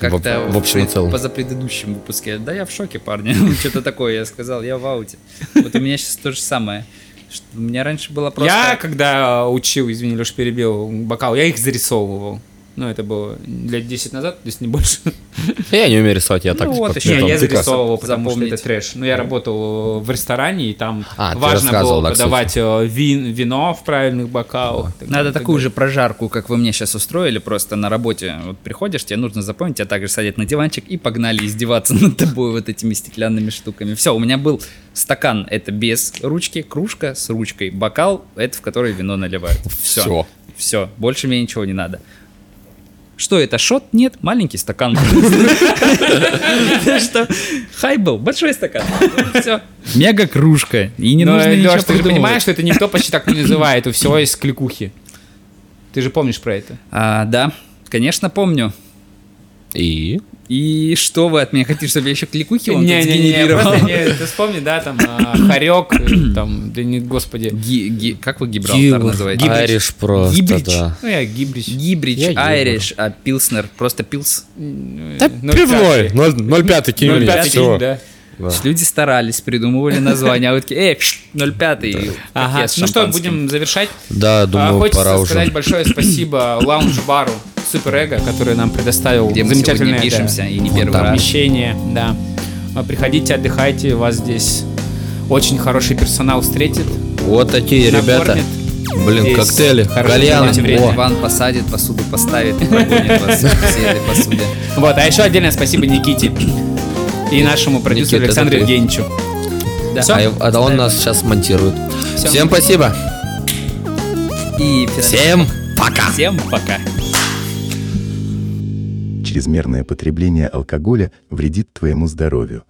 S4: как-то
S3: В- в общем и
S4: пред-
S3: целом.
S4: позапредыдущем выпуске. Да я в шоке, парни. Что-то такое я сказал, я в ауте. Вот у меня сейчас то же самое. Что У меня раньше было просто...
S2: Я, когда э, учил, извини, Леш, перебил бокал, я их зарисовывал. Ну, это было лет 10 назад, то есть не больше.
S3: Я не умею рисовать, я так...
S4: Ну
S3: под-
S4: вот еще
S3: потом
S2: Не, я
S3: тыкаю.
S2: зарисовывал, потому
S4: Запомнить.
S2: что это трэш. Но я работал э, в ресторане, и там
S3: А, ты
S2: важно
S3: рассказывал,
S2: было
S3: да, кстати.
S2: подавать э, вин- вино в правильных бокалах. так
S4: Надо
S2: далее, так
S4: такую
S2: далее.
S4: же прожарку, как вы мне сейчас устроили, просто на работе. Вот приходишь, тебе нужно запомнить, тебя также садят на диванчик и погнали издеваться над тобой вот этими стеклянными штуками. Все, у меня был стакан, это без ручки, кружка с ручкой, бокал, это в который вино наливают. Все.
S3: Всё.
S4: Все. больше мне ничего не надо. Что это, шот? Нет, маленький стакан. Что? Хайбл, большой стакан. Ну, Все. Мега кружка. И не
S2: Но,
S4: нужно ничего
S2: Лёш, ты же
S4: придумывать.
S2: понимаешь, что это никто почти так не называет, у всего есть кликухи. Ты же помнишь про это?
S4: А, Да, конечно, помню.
S3: И?
S4: И что вы от меня хотите, чтобы я еще кликухи вам тут
S2: Не-не-не,
S4: сгенерировал?
S2: просто не, ты вспомни, да, там, хорек, там, да не, господи.
S4: Ги- ги- Как вы Гибралтар называете?
S3: Айриш просто,
S4: Гибрич.
S3: да.
S2: Ну, я гибрич.
S4: Гибрич,
S3: Я Гибрич.
S4: Айриш, а Пилснер просто Пилс.
S2: Да
S3: Пивной, 0,5 кинули,
S2: 0,5,
S3: всё.
S2: да.
S4: То есть Люди старались, придумывали название, а вы такие, эй, 05 и
S2: Ага,
S4: пакет с
S2: ну что,
S4: шампанским.
S2: будем завершать.
S3: Да,
S2: А,
S3: думаю,
S2: Хочется
S3: пора
S2: сказать
S3: уже.
S2: большое спасибо лаунж-бару Супер Эго, который нам предоставил
S4: Где мы сегодня
S2: замечательное да,
S4: пишемся, и не первый раз.
S2: помещение. Да. А, Приходите, отдыхайте, вас здесь очень хороший персонал встретит.
S3: Вот такие ребята.
S2: накормит.
S3: Блин,
S2: Здесь
S3: коктейли,
S2: хорошо
S3: кальяны.
S2: проводите время.
S3: О.
S4: Диван посадит, посуду поставит и прогонит вас с этой посуды.
S2: Вот, а еще отдельное спасибо Никите и нашему продюсеру
S3: Никита, это
S2: Александру
S3: ты.
S2: Евгеньевичу.
S4: Да.
S3: А, я- а он нас сейчас монтирует.
S2: Всё.
S3: Всем спасибо.
S4: И финально-
S3: Всем пока.
S4: всем пока.
S1: Чрезмерное потребление алкоголя вредит твоему здоровью.